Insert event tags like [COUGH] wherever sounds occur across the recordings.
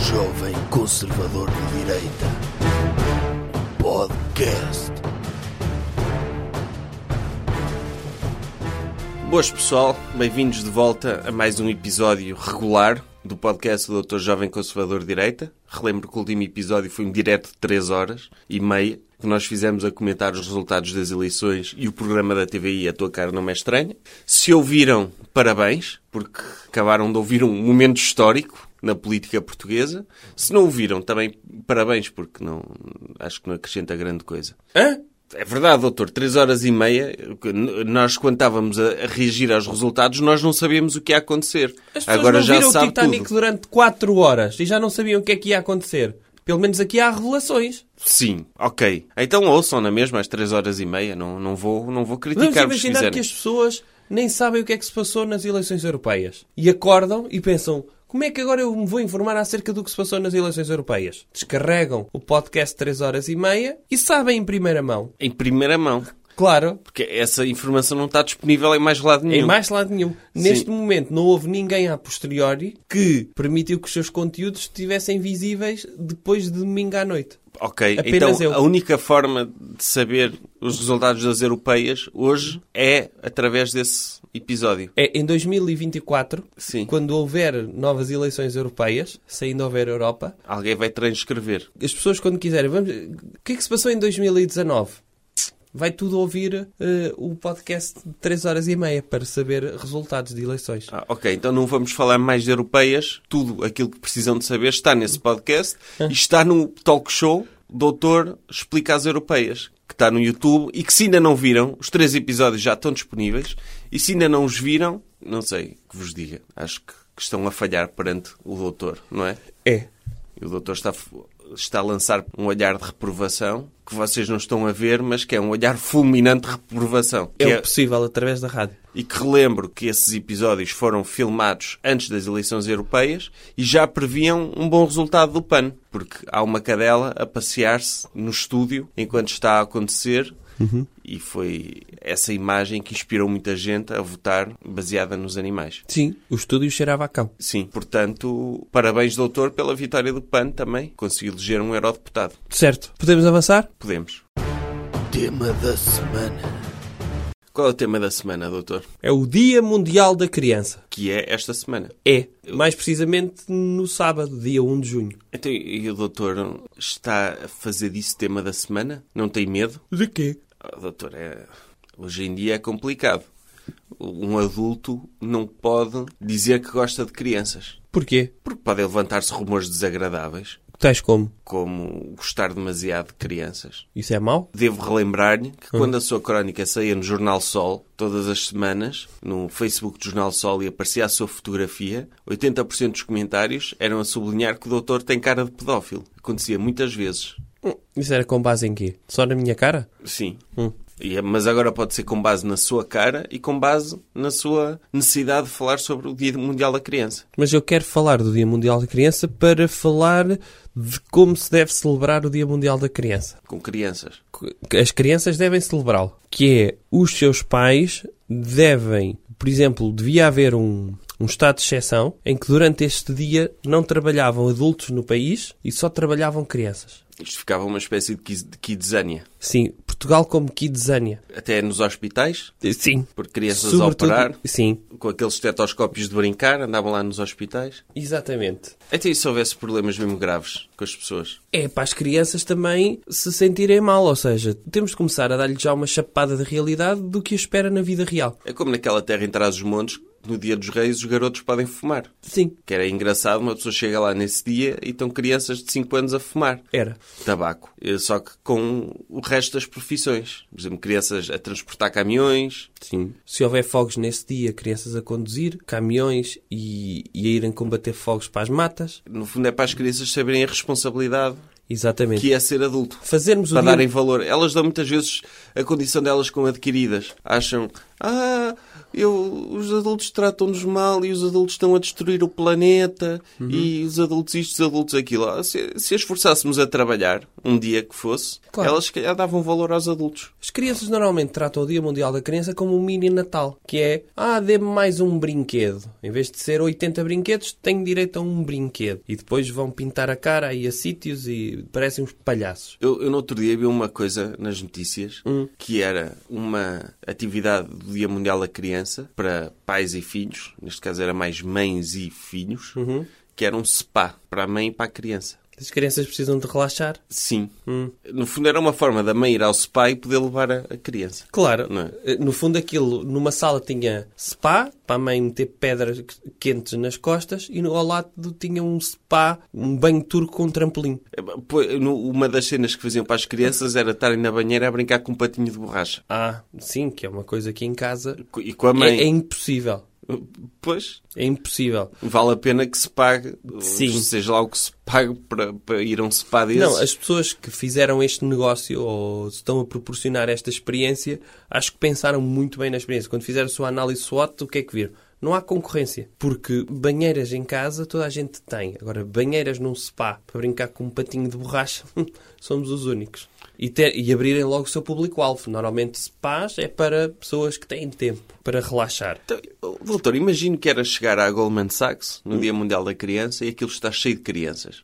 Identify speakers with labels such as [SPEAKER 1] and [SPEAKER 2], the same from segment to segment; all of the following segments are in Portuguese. [SPEAKER 1] Jovem Conservador de Direita. Podcast.
[SPEAKER 2] Boas pessoal, bem-vindos de volta a mais um episódio regular do podcast do Dr. Jovem Conservador de Direita. Relembro que o último episódio foi um direto de 3 horas e meia que nós fizemos a comentar os resultados das eleições e o programa da TVI A Tua Cara Não Me É Estranha. Se ouviram, parabéns, porque acabaram de ouvir um momento histórico na política portuguesa. Se não ouviram, também parabéns, porque não, acho que não acrescenta grande coisa. Hã? É verdade, doutor. Três horas e meia, nós quando estávamos a a reagir aos resultados, nós não sabíamos o que ia acontecer.
[SPEAKER 3] As pessoas não viram o Titanic durante 4 horas e já não sabiam o que é que ia acontecer. Pelo menos aqui há revelações.
[SPEAKER 2] Sim, ok. Então ouçam na mesma às três horas e meia. Não, não vou, não vou
[SPEAKER 3] Vamos
[SPEAKER 2] criticar-vos se
[SPEAKER 3] imaginar
[SPEAKER 2] fizerem.
[SPEAKER 3] que as pessoas nem sabem o que é que se passou nas eleições europeias. E acordam e pensam, como é que agora eu me vou informar acerca do que se passou nas eleições europeias? Descarregam o podcast 3 horas e meia e sabem em primeira mão.
[SPEAKER 2] Em primeira mão.
[SPEAKER 3] Claro,
[SPEAKER 2] Porque essa informação não está disponível em mais lado nenhum.
[SPEAKER 3] Em mais lado nenhum. Neste momento não houve ninguém a posteriori que permitiu que os seus conteúdos estivessem visíveis depois de domingo à noite.
[SPEAKER 2] Ok,
[SPEAKER 3] Apenas
[SPEAKER 2] então
[SPEAKER 3] eu.
[SPEAKER 2] a única forma de saber os resultados das europeias hoje é através desse episódio.
[SPEAKER 3] É em 2024,
[SPEAKER 2] Sim.
[SPEAKER 3] quando houver novas eleições europeias, se ainda houver Europa,
[SPEAKER 2] Alguém vai transcrever.
[SPEAKER 3] as pessoas quando quiserem, vamos, o que é que se passou em 2019? Vai tudo ouvir eh, o podcast de 3 horas e meia para saber resultados de eleições.
[SPEAKER 2] Ah, ok, então não vamos falar mais de europeias. Tudo aquilo que precisam de saber está nesse podcast e está no talk show Doutor Explica as Europeias, que está no YouTube e que se ainda não viram, os três episódios já estão disponíveis e se ainda não os viram, não sei que vos diga. Acho que, que estão a falhar perante o Doutor, não é?
[SPEAKER 3] É.
[SPEAKER 2] E o Doutor está, está a lançar um olhar de reprovação que vocês não estão a ver, mas que é um olhar fulminante de reprovação.
[SPEAKER 3] É
[SPEAKER 2] Que
[SPEAKER 3] o possível através da rádio.
[SPEAKER 2] e que relembro que esses episódios foram filmados antes das eleições europeias e já previam um bom resultado do PAN, porque há uma cadela a passear-se no estúdio enquanto está a acontecer. E foi essa imagem que inspirou muita gente a votar baseada nos animais.
[SPEAKER 3] Sim, o estúdio cheirava a cão.
[SPEAKER 2] Sim, portanto, parabéns, doutor, pela vitória do PAN também. Conseguiu eleger um eurodeputado.
[SPEAKER 3] Certo. Podemos avançar?
[SPEAKER 2] Podemos.
[SPEAKER 1] Tema da semana.
[SPEAKER 2] Qual é o tema da semana, doutor?
[SPEAKER 3] É o Dia Mundial da Criança.
[SPEAKER 2] Que é esta semana.
[SPEAKER 3] É, mais precisamente no sábado, dia 1 de junho.
[SPEAKER 2] Então, e o doutor está a fazer disso tema da semana? Não tem medo?
[SPEAKER 3] De quê?
[SPEAKER 2] Ah, doutor, é... hoje em dia é complicado. Um adulto não pode dizer que gosta de crianças.
[SPEAKER 3] Porquê?
[SPEAKER 2] Porque podem levantar-se rumores desagradáveis,
[SPEAKER 3] Tais como?
[SPEAKER 2] como gostar demasiado de crianças.
[SPEAKER 3] Isso é mau?
[SPEAKER 2] Devo relembrar-lhe que quando a sua crónica saía no Jornal Sol, todas as semanas, no Facebook do Jornal Sol e aparecia a sua fotografia, 80% dos comentários eram a sublinhar que o doutor tem cara de pedófilo. Acontecia muitas vezes.
[SPEAKER 3] Hum, Isso era com base em quê? Só na minha cara?
[SPEAKER 2] Sim.
[SPEAKER 3] Hum.
[SPEAKER 2] E é- mas agora pode ser com base na sua cara e com base na sua necessidade de falar sobre o Dia Mundial da Criança.
[SPEAKER 3] Mas eu quero falar do Dia Mundial da Criança para falar de como se deve celebrar o Dia Mundial da Criança.
[SPEAKER 2] Com crianças.
[SPEAKER 3] que as crianças devem celebrá-lo, que é os seus pais devem, por exemplo, devia haver um, um estado de exceção em que durante este dia não trabalhavam adultos no país e só trabalhavam crianças.
[SPEAKER 2] Isto ficava uma espécie de quis- de kidzania.
[SPEAKER 3] Sim, Portugal como Kidzania.
[SPEAKER 2] Até nos hospitais,
[SPEAKER 3] Sim.
[SPEAKER 2] porque crianças a operar,
[SPEAKER 3] Sim,
[SPEAKER 2] com aqueles estetoscópios de brincar, andavam lá nos hospitais.
[SPEAKER 3] exatamente.
[SPEAKER 2] Até e se houvesse problemas mesmo graves com as pessoas.
[SPEAKER 3] É para as crianças também se sentirem mal, ou seja, temos de começar a dar-lhes já uma chapada de realidade do que a espera na vida real.
[SPEAKER 2] É como naquela terra em trás os montes, no Dia dos Reis, os garotos podem fumar.
[SPEAKER 3] Sim,
[SPEAKER 2] Que era engraçado, uma pessoa chega lá nesse dia e estão crianças de 5 anos a fumar.
[SPEAKER 3] era.
[SPEAKER 2] tabaco. Eh, Só que com o resto das profissões. Por exemplo, crianças a transportar caminhões.
[SPEAKER 3] Sim. Se houver fogos nesse dia, crianças a conduzir, caminhões e, e a irem combater fogos para as matas.
[SPEAKER 2] No fundo, é para as crianças saberem a responsabilidade
[SPEAKER 3] Exatamente.
[SPEAKER 2] que é ser adulto.
[SPEAKER 3] Fazermos o
[SPEAKER 2] Para
[SPEAKER 3] dia...
[SPEAKER 2] darem valor. Elas dão muitas vezes a condição delas como adquiridas. Acham, ah, eu, os adultos tratam-nos mal e os adultos estão a destruir
[SPEAKER 3] Uhum.
[SPEAKER 2] o planeta e os adultos isto, os adultos aquilo. Ah, Se, se esforçássemos a trabalhar, um dia que fosse,
[SPEAKER 3] Claro.
[SPEAKER 2] elas se calhar davam valor aos adultos.
[SPEAKER 3] As crianças normalmente tratam o Dia Mundial da Criança como um mini Natal, que é, ah, dê-me mais um brinquedo. Em vez de ser 80 brinquedos, tenho direito a um brinquedo. E depois vão pintar a cara e a sítios e parecem uns palhaços.
[SPEAKER 2] Eu, eu no outro dia vi uma coisa nas notícias
[SPEAKER 3] Hum.
[SPEAKER 2] que era uma atividade do Dia Mundial da Criança para pais e filhos, neste caso era mais mães e filhos,
[SPEAKER 3] Uhum.
[SPEAKER 2] que era um spa para a mãe e para a criança.
[SPEAKER 3] As crianças precisam de relaxar.
[SPEAKER 2] Sim.
[SPEAKER 3] Hum.
[SPEAKER 2] No fundo era uma forma da mãe ir ao spa e poder levar a, a criança.
[SPEAKER 3] Claro,
[SPEAKER 2] Não é?
[SPEAKER 3] eh, no fundo aquilo, numa sala tinha spa, para a mãe meter pedras qu- quentes nas costas, e no, ao lado do- tinha um spa, um banho turco com um trampolim.
[SPEAKER 2] Eh, pô, no- Uma das cenas que faziam para as crianças era estarem na banheira a brincar com um patinho de borracha.
[SPEAKER 3] Ah, sim, que é uma coisa que em casa
[SPEAKER 2] Co- E com a
[SPEAKER 3] é, é
[SPEAKER 2] mãe.
[SPEAKER 3] impossível.
[SPEAKER 2] Pois,
[SPEAKER 3] É impossível.
[SPEAKER 2] vale a pena que se pague,
[SPEAKER 3] Sim.
[SPEAKER 2] seja lá o que se pague para, para ir a um spa desses.
[SPEAKER 3] Não, as pessoas que fizeram este negócio ou estão a proporcionar esta experiência, acho que pensaram muito bem na experiência. Quando fizeram a sua análise SWOT, o que é que viram? Não há concorrência, porque banheiras em casa toda a gente tem. Agora, banheiras num spa para brincar com um patinho de borracha, [LAUGHS] somos os únicos. E, ter- e abrirem logo o seu público-alvo. Normalmente, spas é para pessoas que têm tempo para relaxar.
[SPEAKER 2] Então, doutor, imagino que era chegar à Goldman Sachs no Dia Mundial da Criança e aquilo está cheio de crianças.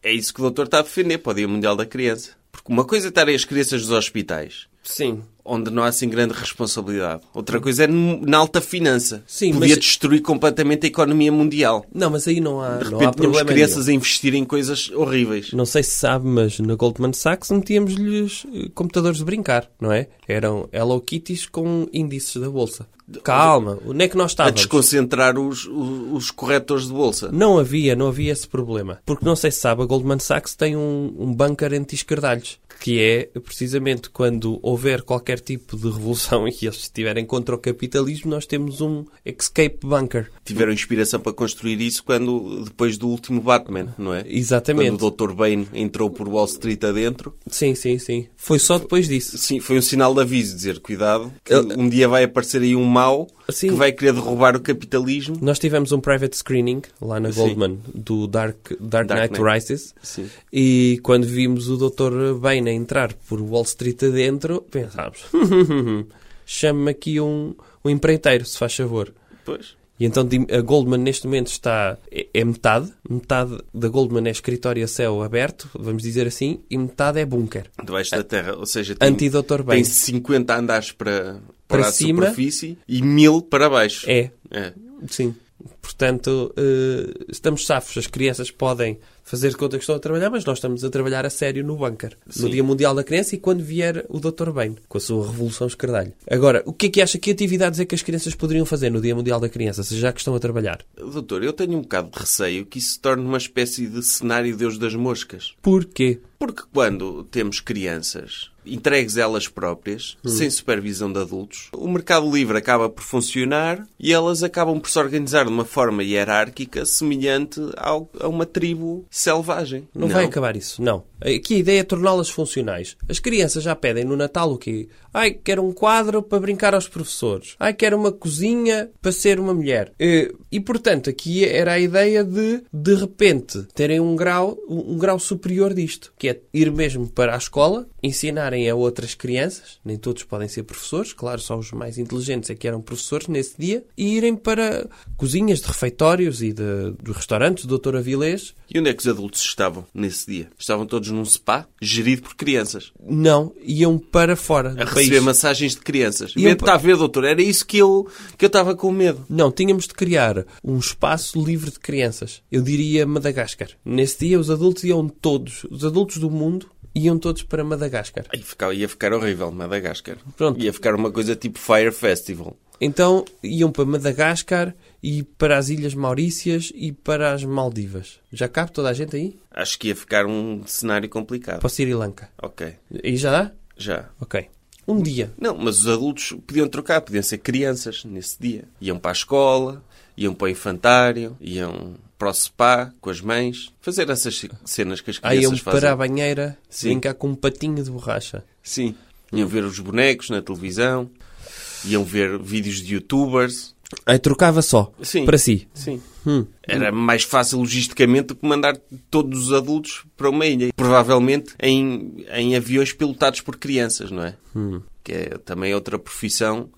[SPEAKER 2] É isso que o doutor está a defender para o Dia Mundial da Criança. Porque uma coisa é estarem as crianças dos hospitais,
[SPEAKER 3] Sim,
[SPEAKER 2] onde não há assim grande responsabilidade. Outra coisa é no- na alta finança.
[SPEAKER 3] Sim,
[SPEAKER 2] Podia
[SPEAKER 3] mas-
[SPEAKER 2] destruir completamente a economia mundial.
[SPEAKER 3] não, mas aí não há,
[SPEAKER 2] De
[SPEAKER 3] não há
[SPEAKER 2] repente tínhamos
[SPEAKER 3] problema nenhum.
[SPEAKER 2] crianças a investir em coisas horríveis.
[SPEAKER 3] Não sei se sabe, mas na Goldman Sachs metíamos-lhes eh, computadores de brincar, não é? Eram Hello Kitties com índices da bolsa. Calma, onde é que nós
[SPEAKER 2] A
[SPEAKER 3] estávamos?
[SPEAKER 2] desconcentrar os, os, os corretores de bolsa.
[SPEAKER 3] Não havia, não havia esse problema. Porque não sei se sabe, a Goldman Sachs tem um, um bunker anti-esquerdalhos, que é precisamente quando houver qualquer tipo de revolução [LAUGHS] e eles estiverem contra o capitalismo, nós temos um escape bunker.
[SPEAKER 2] Tiveram inspiração para construir isso quando depois do último Batman, não é?
[SPEAKER 3] Exatamente.
[SPEAKER 2] Quando o Dr. Bane entrou por Wall Street adentro,
[SPEAKER 3] Sim, sim, sim. Foi só depois disso.
[SPEAKER 2] sim, foi um sinal de aviso, dizer cuidado, que
[SPEAKER 3] Ele-
[SPEAKER 2] um dia vai aparecer aí um mau
[SPEAKER 3] Sim.
[SPEAKER 2] que vai querer derrubar o capitalismo.
[SPEAKER 3] Nós tivemos um private screening lá na
[SPEAKER 2] Sim.
[SPEAKER 3] Goldman do Dark, Dark,
[SPEAKER 2] Dark
[SPEAKER 3] Knight,
[SPEAKER 2] Knight.
[SPEAKER 3] Rises
[SPEAKER 2] Sim.
[SPEAKER 3] e quando vimos o Dr. Bane a entrar por Wall Street adentro, pensámos, [LAUGHS] chame-me aqui um, um empreiteiro, se faz favor.
[SPEAKER 2] Pois.
[SPEAKER 3] E então dim- a Goldman neste momento está é, é metade, metade da Goldman é escritório a céu aberto, vamos dizer assim, e metade é bunker.
[SPEAKER 2] Debaixo da terra, ou seja, tem,
[SPEAKER 3] Anti-Dr.
[SPEAKER 2] tem
[SPEAKER 3] Bane.
[SPEAKER 2] 50 andares para, para,
[SPEAKER 3] Para
[SPEAKER 2] a
[SPEAKER 3] cima.
[SPEAKER 2] superfície e mil para baixo.
[SPEAKER 3] É,
[SPEAKER 2] É.
[SPEAKER 3] Sim. Portanto, eh, estamos safos. As crianças podem fazer de conta que estão a trabalhar, mas nós estamos a trabalhar a sério no bunker. No Dia Mundial da Criança e quando vier o Dr. Bane, com a sua revolução escardalho. Agora, o que é que acha? Que atividades é que as crianças poderiam fazer no Dia Mundial da Criança, se já que estão a trabalhar?
[SPEAKER 2] Doutor, eu tenho um bocado de receio que isso se torne uma espécie de cenário Deus das Moscas.
[SPEAKER 3] Porquê?
[SPEAKER 2] Porque quando temos crianças entregues a elas próprias,
[SPEAKER 3] Hum.
[SPEAKER 2] sem supervisão de adultos, o mercado livre acaba por funcionar e elas acabam por se organizar de uma forma hierárquica semelhante ao- a uma tribo selvagem.
[SPEAKER 3] Não, vai acabar isso, não. Aqui a ideia é torná-las funcionais. As crianças já pedem no Natal o quê? Ai, quero um quadro para brincar aos professores. Ai, quero uma cozinha para ser uma mulher. Eh, E, portanto, aqui era a ideia de, de repente, terem um grau, um um grau superior disto, que é ir mesmo para a escola, ensinarem a outras crianças, nem todos podem ser professores, claro, só os mais inteligentes é que eram professores nesse dia, e irem para cozinhas de refeitórios e de, dos restaurantes, Doutor Avilés,
[SPEAKER 2] E onde é que os adultos estavam nesse dia? Estavam todos num spa gerido por crianças,
[SPEAKER 3] Não, iam para fora do
[SPEAKER 2] a
[SPEAKER 3] país.
[SPEAKER 2] receber massagens de crianças.
[SPEAKER 3] E eu-
[SPEAKER 2] Está a ver, doutor? Era isso que eu, que eu estava com medo.
[SPEAKER 3] Não, tínhamos de criar um espaço livre de crianças. Eu diria Madagascar. Nesse dia os adultos iam todos, os adultos do mundo iam todos para Madagascar.
[SPEAKER 2] Aí ficava- ia ficar horrível, Madagascar.
[SPEAKER 3] Pronto.
[SPEAKER 2] Ia ficar uma coisa tipo Fire Festival.
[SPEAKER 3] Então iam para Madagascar e para as Ilhas Maurícias e para as Maldivas. Já cabe toda a gente aí?
[SPEAKER 2] Acho que ia ficar um cenário complicado.
[SPEAKER 3] Para o Sri Lanka.
[SPEAKER 2] Ok,
[SPEAKER 3] Aí já dá?
[SPEAKER 2] já.
[SPEAKER 3] Ok. Um dia.
[SPEAKER 2] Não, mas os adultos podiam trocar, podiam ser crianças nesse dia. Iam para a escola, iam para o infantário, iam para o spa com as mães. Fazer essas ce- cenas que as
[SPEAKER 3] Aí Ah, iam
[SPEAKER 2] crianças fazem.
[SPEAKER 3] para a banheira
[SPEAKER 2] Sim.
[SPEAKER 3] brincar com um patinho de borracha.
[SPEAKER 2] Sim. Iam ver os bonecos na televisão, iam ver vídeos de youtubers.
[SPEAKER 3] Aí trocava só.
[SPEAKER 2] Sim.
[SPEAKER 3] Para si.
[SPEAKER 2] Sim.
[SPEAKER 3] Hum.
[SPEAKER 2] Era mais fácil logisticamente do que mandar todos os adultos para uma ilha. Provavelmente em, em aviões pilotados por crianças, não é?
[SPEAKER 3] Hum.
[SPEAKER 2] Que é também outra profissão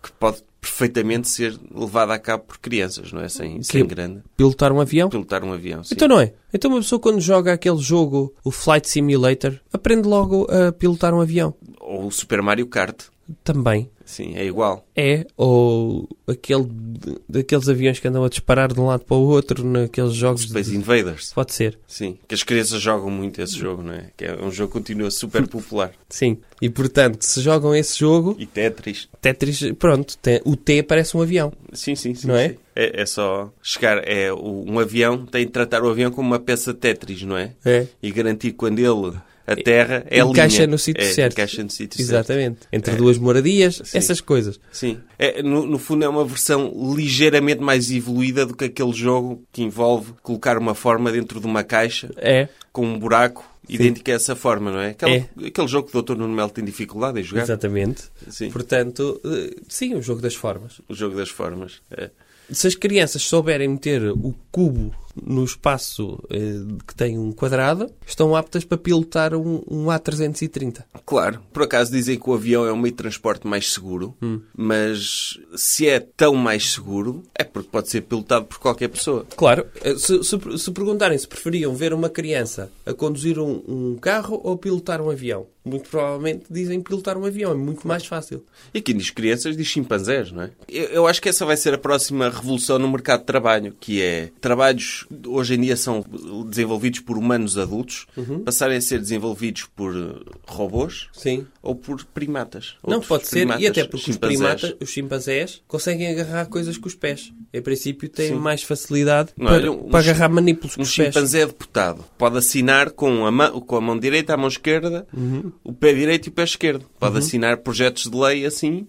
[SPEAKER 2] que pode perfeitamente ser levada a cabo por crianças, não é? Sem, sem grande.
[SPEAKER 3] Pilotar um avião?
[SPEAKER 2] Pilotar um avião, sim.
[SPEAKER 3] Então não é? Então uma pessoa quando joga aquele jogo, o Flight Simulator, aprende logo a pilotar um avião.
[SPEAKER 2] Ou o Super Mario Kart.
[SPEAKER 3] Também.
[SPEAKER 2] Sim, é igual.
[SPEAKER 3] É, ou aquele de- daqueles aviões que andam a disparar de um lado para o outro naqueles jogos de...
[SPEAKER 2] Space Invaders.
[SPEAKER 3] Pode ser,
[SPEAKER 2] Sim. Que as crianças jogam muito esse jogo, não é? Que é um jogo que continua super popular.
[SPEAKER 3] sim. E portanto, se jogam esse jogo,
[SPEAKER 2] E Tetris.
[SPEAKER 3] Tetris, pronto, tem- o T parece um avião.
[SPEAKER 2] Sim, sim, sim.
[SPEAKER 3] Não é?
[SPEAKER 2] sim. É, é só chegar. É, o- um avião tem de tratar o avião como uma peça de Tetris, não é?
[SPEAKER 3] É.
[SPEAKER 2] E garantir que quando ele aterra, é
[SPEAKER 3] Encaixa
[SPEAKER 2] linha.
[SPEAKER 3] no sítio
[SPEAKER 2] É,
[SPEAKER 3] certo.
[SPEAKER 2] Encaixa no sítio certo. É.
[SPEAKER 3] Exatamente. Entre duas moradias, essas coisas.
[SPEAKER 2] Sim. É, no, no fundo, é uma versão ligeiramente mais evoluída do que aquele jogo que envolve colocar uma forma dentro de uma caixa
[SPEAKER 3] É,
[SPEAKER 2] com um buraco idêntico a essa forma, não é? Aquela-
[SPEAKER 3] É.
[SPEAKER 2] Aquele jogo que o Dr. Nuno Melo tem dificuldade em jogar.
[SPEAKER 3] exatamente.
[SPEAKER 2] Sim.
[SPEAKER 3] Portanto, eh, sim, o jogo das formas.
[SPEAKER 2] O jogo das formas. É.
[SPEAKER 3] Se as crianças souberem meter o cubo no espaço eh, que tem um quadrado, estão aptas para pilotar um, um A330.
[SPEAKER 2] Claro, por acaso dizem que o avião é um meio de transporte mais seguro, mas se é tão mais seguro, é porque pode ser pilotado por qualquer pessoa.
[SPEAKER 3] Claro, eh, se, se- se perguntarem se preferiam ver uma criança a conduzir um, um carro ou pilotar um avião, muito provavelmente dizem pilotar um avião, é muito mais fácil.
[SPEAKER 2] E quem diz crianças diz chimpanzés, não é? Eu, eu acho que essa vai ser a próxima revolução no mercado de trabalho, que é trabalhos que hoje em dia são desenvolvidos por humanos adultos
[SPEAKER 3] Uhum.
[SPEAKER 2] passarem a ser desenvolvidos por eh, robôs
[SPEAKER 3] Sim.
[SPEAKER 2] ou por primatas.
[SPEAKER 3] Não
[SPEAKER 2] Outros
[SPEAKER 3] pode ser, e
[SPEAKER 2] primatas,
[SPEAKER 3] até porque os
[SPEAKER 2] chimpanzés.
[SPEAKER 3] primatas, os chimpanzés, conseguem agarrar coisas com os pés. Em princípio, têm
[SPEAKER 2] Sim.
[SPEAKER 3] mais facilidade
[SPEAKER 2] Não,
[SPEAKER 3] para,
[SPEAKER 2] olha, um
[SPEAKER 3] para
[SPEAKER 2] chi-
[SPEAKER 3] agarrar manípulos com
[SPEAKER 2] Um
[SPEAKER 3] os pés.
[SPEAKER 2] chimpanzé deputado pode assinar com a, mão, com a mão direita, a mão esquerda,
[SPEAKER 3] Uhum.
[SPEAKER 2] o pé direito e o pé esquerdo. Pode assinar projetos de lei assim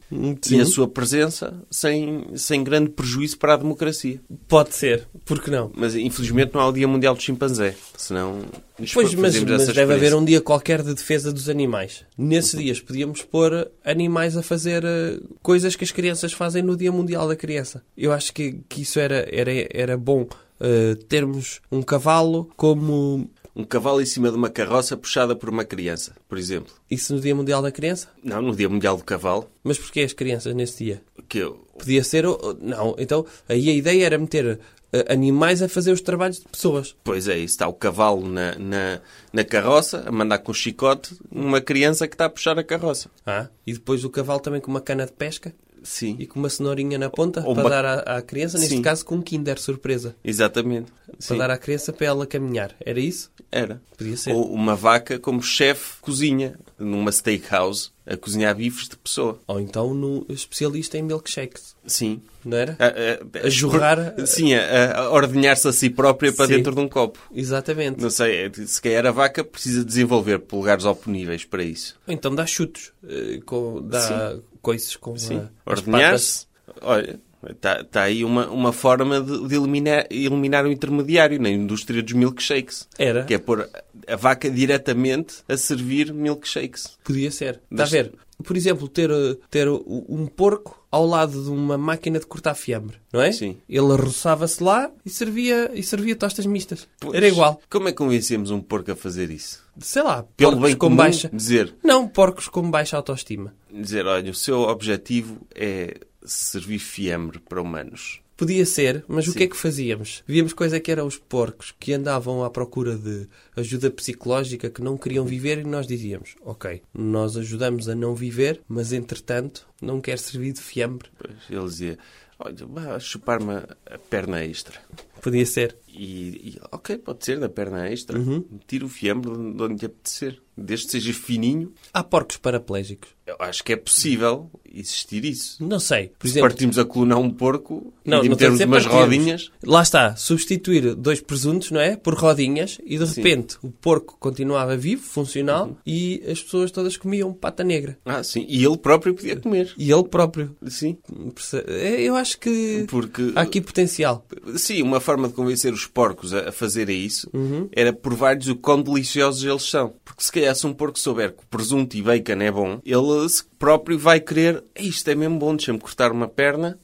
[SPEAKER 2] e a sua presença sem, sem grande prejuízo para a democracia.
[SPEAKER 3] Pode ser, porque não?
[SPEAKER 2] Mas infelizmente não há o Dia Mundial do Chimpanzé, senão nos
[SPEAKER 3] Pois, mas,
[SPEAKER 2] fazemos
[SPEAKER 3] mas
[SPEAKER 2] essa
[SPEAKER 3] deve haver
[SPEAKER 2] experiência.
[SPEAKER 3] um dia qualquer de defesa dos animais. Nesses dias podíamos pôr animais a fazer eh, coisas que as crianças fazem no Dia Mundial da Criança. Eu acho que, que isso era, era, era bom. eh, termos um cavalo como
[SPEAKER 2] um cavalo em cima de uma carroça puxada por uma criança, por exemplo.
[SPEAKER 3] isso no Dia Mundial da Criança?
[SPEAKER 2] Não, no Dia Mundial do Cavalo,
[SPEAKER 3] Mas porquê as crianças nesse dia?
[SPEAKER 2] que eu-
[SPEAKER 3] Podia ser. ou- ou- Não, então aí a ideia era meter eh, animais a fazer os trabalhos de pessoas.
[SPEAKER 2] Pois é, isso está o cavalo na, na, na carroça, a mandar com o chicote uma criança que está a puxar a carroça.
[SPEAKER 3] Ah, e depois o cavalo também com uma cana de pesca
[SPEAKER 2] Sim.
[SPEAKER 3] e com uma cenourinha na ponta
[SPEAKER 2] Ou
[SPEAKER 3] para
[SPEAKER 2] uma-
[SPEAKER 3] dar à, à criança, neste
[SPEAKER 2] Sim.
[SPEAKER 3] caso com um Kinder surpresa.
[SPEAKER 2] Exatamente. Sim,
[SPEAKER 3] Para dar à criança para ela caminhar. Era isso?
[SPEAKER 2] Era.
[SPEAKER 3] Podia ser.
[SPEAKER 2] Ou uma vaca como chefe cozinha numa steakhouse a cozinhar bifes de pessoa.
[SPEAKER 3] Ou então no especialista em milkshakes,
[SPEAKER 2] Sim.
[SPEAKER 3] não era?
[SPEAKER 2] A, a,
[SPEAKER 3] A jorrar.
[SPEAKER 2] Sim, a, a ordenhar-se a si própria para
[SPEAKER 3] Sim.
[SPEAKER 2] dentro de um copo.
[SPEAKER 3] Exatamente.
[SPEAKER 2] Não sei, é- se calhar a vaca precisa desenvolver polegares oponíveis para isso.
[SPEAKER 3] Ou então dá chutos. eh, Com, dá coices com
[SPEAKER 2] Sim.
[SPEAKER 3] a, as patas.
[SPEAKER 2] Ordenhar-se. Olha, está tá aí uma, uma forma de, de eliminar, eliminar o intermediário na indústria dos milkshakes.
[SPEAKER 3] Era.
[SPEAKER 2] Que é pôr a vaca diretamente a servir milkshakes.
[SPEAKER 3] Podia ser. Está a
[SPEAKER 2] Mas-
[SPEAKER 3] ver? Por exemplo, ter, eh, ter o- um porco ao lado de uma máquina de cortar fiambre, não é?
[SPEAKER 2] Sim.
[SPEAKER 3] Ele roçava-se lá e servia, e servia tostas mistas.
[SPEAKER 2] Pois,
[SPEAKER 3] Era igual.
[SPEAKER 2] Como é que convencemos um porco a fazer isso?
[SPEAKER 3] Sei lá,
[SPEAKER 2] Pelo
[SPEAKER 3] porcos
[SPEAKER 2] bem
[SPEAKER 3] com
[SPEAKER 2] comum,
[SPEAKER 3] baixa...
[SPEAKER 2] dizer,
[SPEAKER 3] Não, porcos com baixa autoestima.
[SPEAKER 2] dizer, olha, o seu objetivo é servir fiambre para humanos.
[SPEAKER 3] Podia ser, mas o
[SPEAKER 2] Sim.
[SPEAKER 3] que é que fazíamos? Víamos coisa que eram os porcos que andavam à procura de ajuda psicológica, que não queriam viver, e nós dizíamos: Ok, nós ajudamos a não viver, mas entretanto não quer servir de fiambre.
[SPEAKER 2] Pois, Ele dizia, olha, vá chupar-me a perna extra.
[SPEAKER 3] Podia ser.
[SPEAKER 2] E, e, ok, pode ser da perna extra.
[SPEAKER 3] Uhum.
[SPEAKER 2] Tira o fiambre de de onde lhe apetecer. Desde que seja fininho,
[SPEAKER 3] Há porcos paraplégicos.
[SPEAKER 2] eu acho que é possível existir isso.
[SPEAKER 3] Não sei. Por
[SPEAKER 2] Se
[SPEAKER 3] exemplo,
[SPEAKER 2] partimos a colunar um porco
[SPEAKER 3] não,
[SPEAKER 2] e
[SPEAKER 3] não tem de
[SPEAKER 2] metermos
[SPEAKER 3] ser
[SPEAKER 2] umas
[SPEAKER 3] partidos.
[SPEAKER 2] rodinhas,
[SPEAKER 3] Lá está, substituir dois presuntos, não é? Por rodinhas e de repente o porco continuava vivo, funcional
[SPEAKER 2] Uhum.
[SPEAKER 3] e as pessoas todas comiam pata negra.
[SPEAKER 2] ah, sim, e ele próprio podia comer.
[SPEAKER 3] E ele próprio.
[SPEAKER 2] Sim,
[SPEAKER 3] Perce- É, Eu acho que
[SPEAKER 2] porque...
[SPEAKER 3] há aqui potencial.
[SPEAKER 2] Sim, uma forma de convencer os porcos a, a fazerem isso era provar-lhes o quão deliciosos eles são. Porque se calhar se um porco souber que presunto e bacon é bom, ele se- próprio vai querer, "Ei, isto é mesmo bom, deixa-me cortar uma perna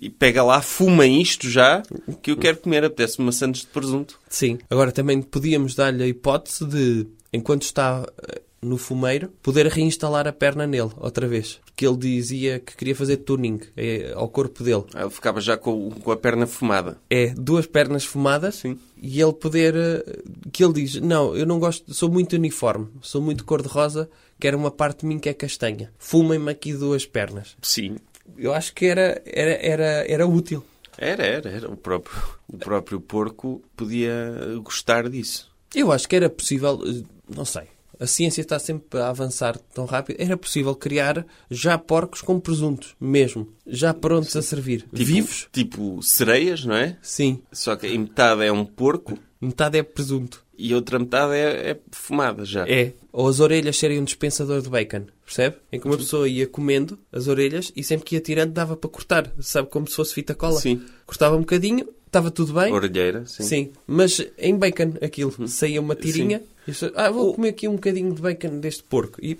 [SPEAKER 2] e pega lá, fuma isto já, que eu quero comer, apetece-me maçãs de presunto.
[SPEAKER 3] Sim. Agora também podíamos dar-lhe a hipótese de, enquanto está eh, no fumeiro, poder reinstalar a perna nele outra vez. Porque ele dizia que queria fazer tuning eh, ao corpo dele.
[SPEAKER 2] Ah, Ele ficava já com, com a perna fumada.
[SPEAKER 3] É duas pernas fumadas
[SPEAKER 2] Sim.
[SPEAKER 3] e ele poder. eh, que ele diz: Não, eu não gosto, sou muito uniforme, sou muito cor-de-rosa, quero uma parte de mim que é castanha. Fumem-me aqui duas pernas.
[SPEAKER 2] Sim.
[SPEAKER 3] Eu acho que era, era, era, era útil.
[SPEAKER 2] Era, era, era. O próprio, o próprio porco podia gostar disso.
[SPEAKER 3] Eu acho que era possível, eh, não sei, a ciência está sempre a avançar tão rápido, era possível criar já porcos com presuntos, mesmo, já prontos a servir.
[SPEAKER 2] Tipo-
[SPEAKER 3] Vivos?
[SPEAKER 2] Tipo sereias, não é?
[SPEAKER 3] Sim.
[SPEAKER 2] Só que em metade é um porco
[SPEAKER 3] Metade é presunto.
[SPEAKER 2] e outra metade é, é fumada já.
[SPEAKER 3] É. Ou as orelhas serem um dispensador de bacon, percebe? Em que uma pessoa ia comendo as orelhas e sempre que ia tirando dava para cortar, sabe? Como se fosse fita cola.
[SPEAKER 2] Sim.
[SPEAKER 3] Cortava um bocadinho, estava tudo bem.
[SPEAKER 2] Orelheira, sim. Uhum.
[SPEAKER 3] Sim. mas em bacon aquilo. Saía uma tirinha. e as pessoas, Ah, vou comer aqui um bocadinho de bacon deste porco. E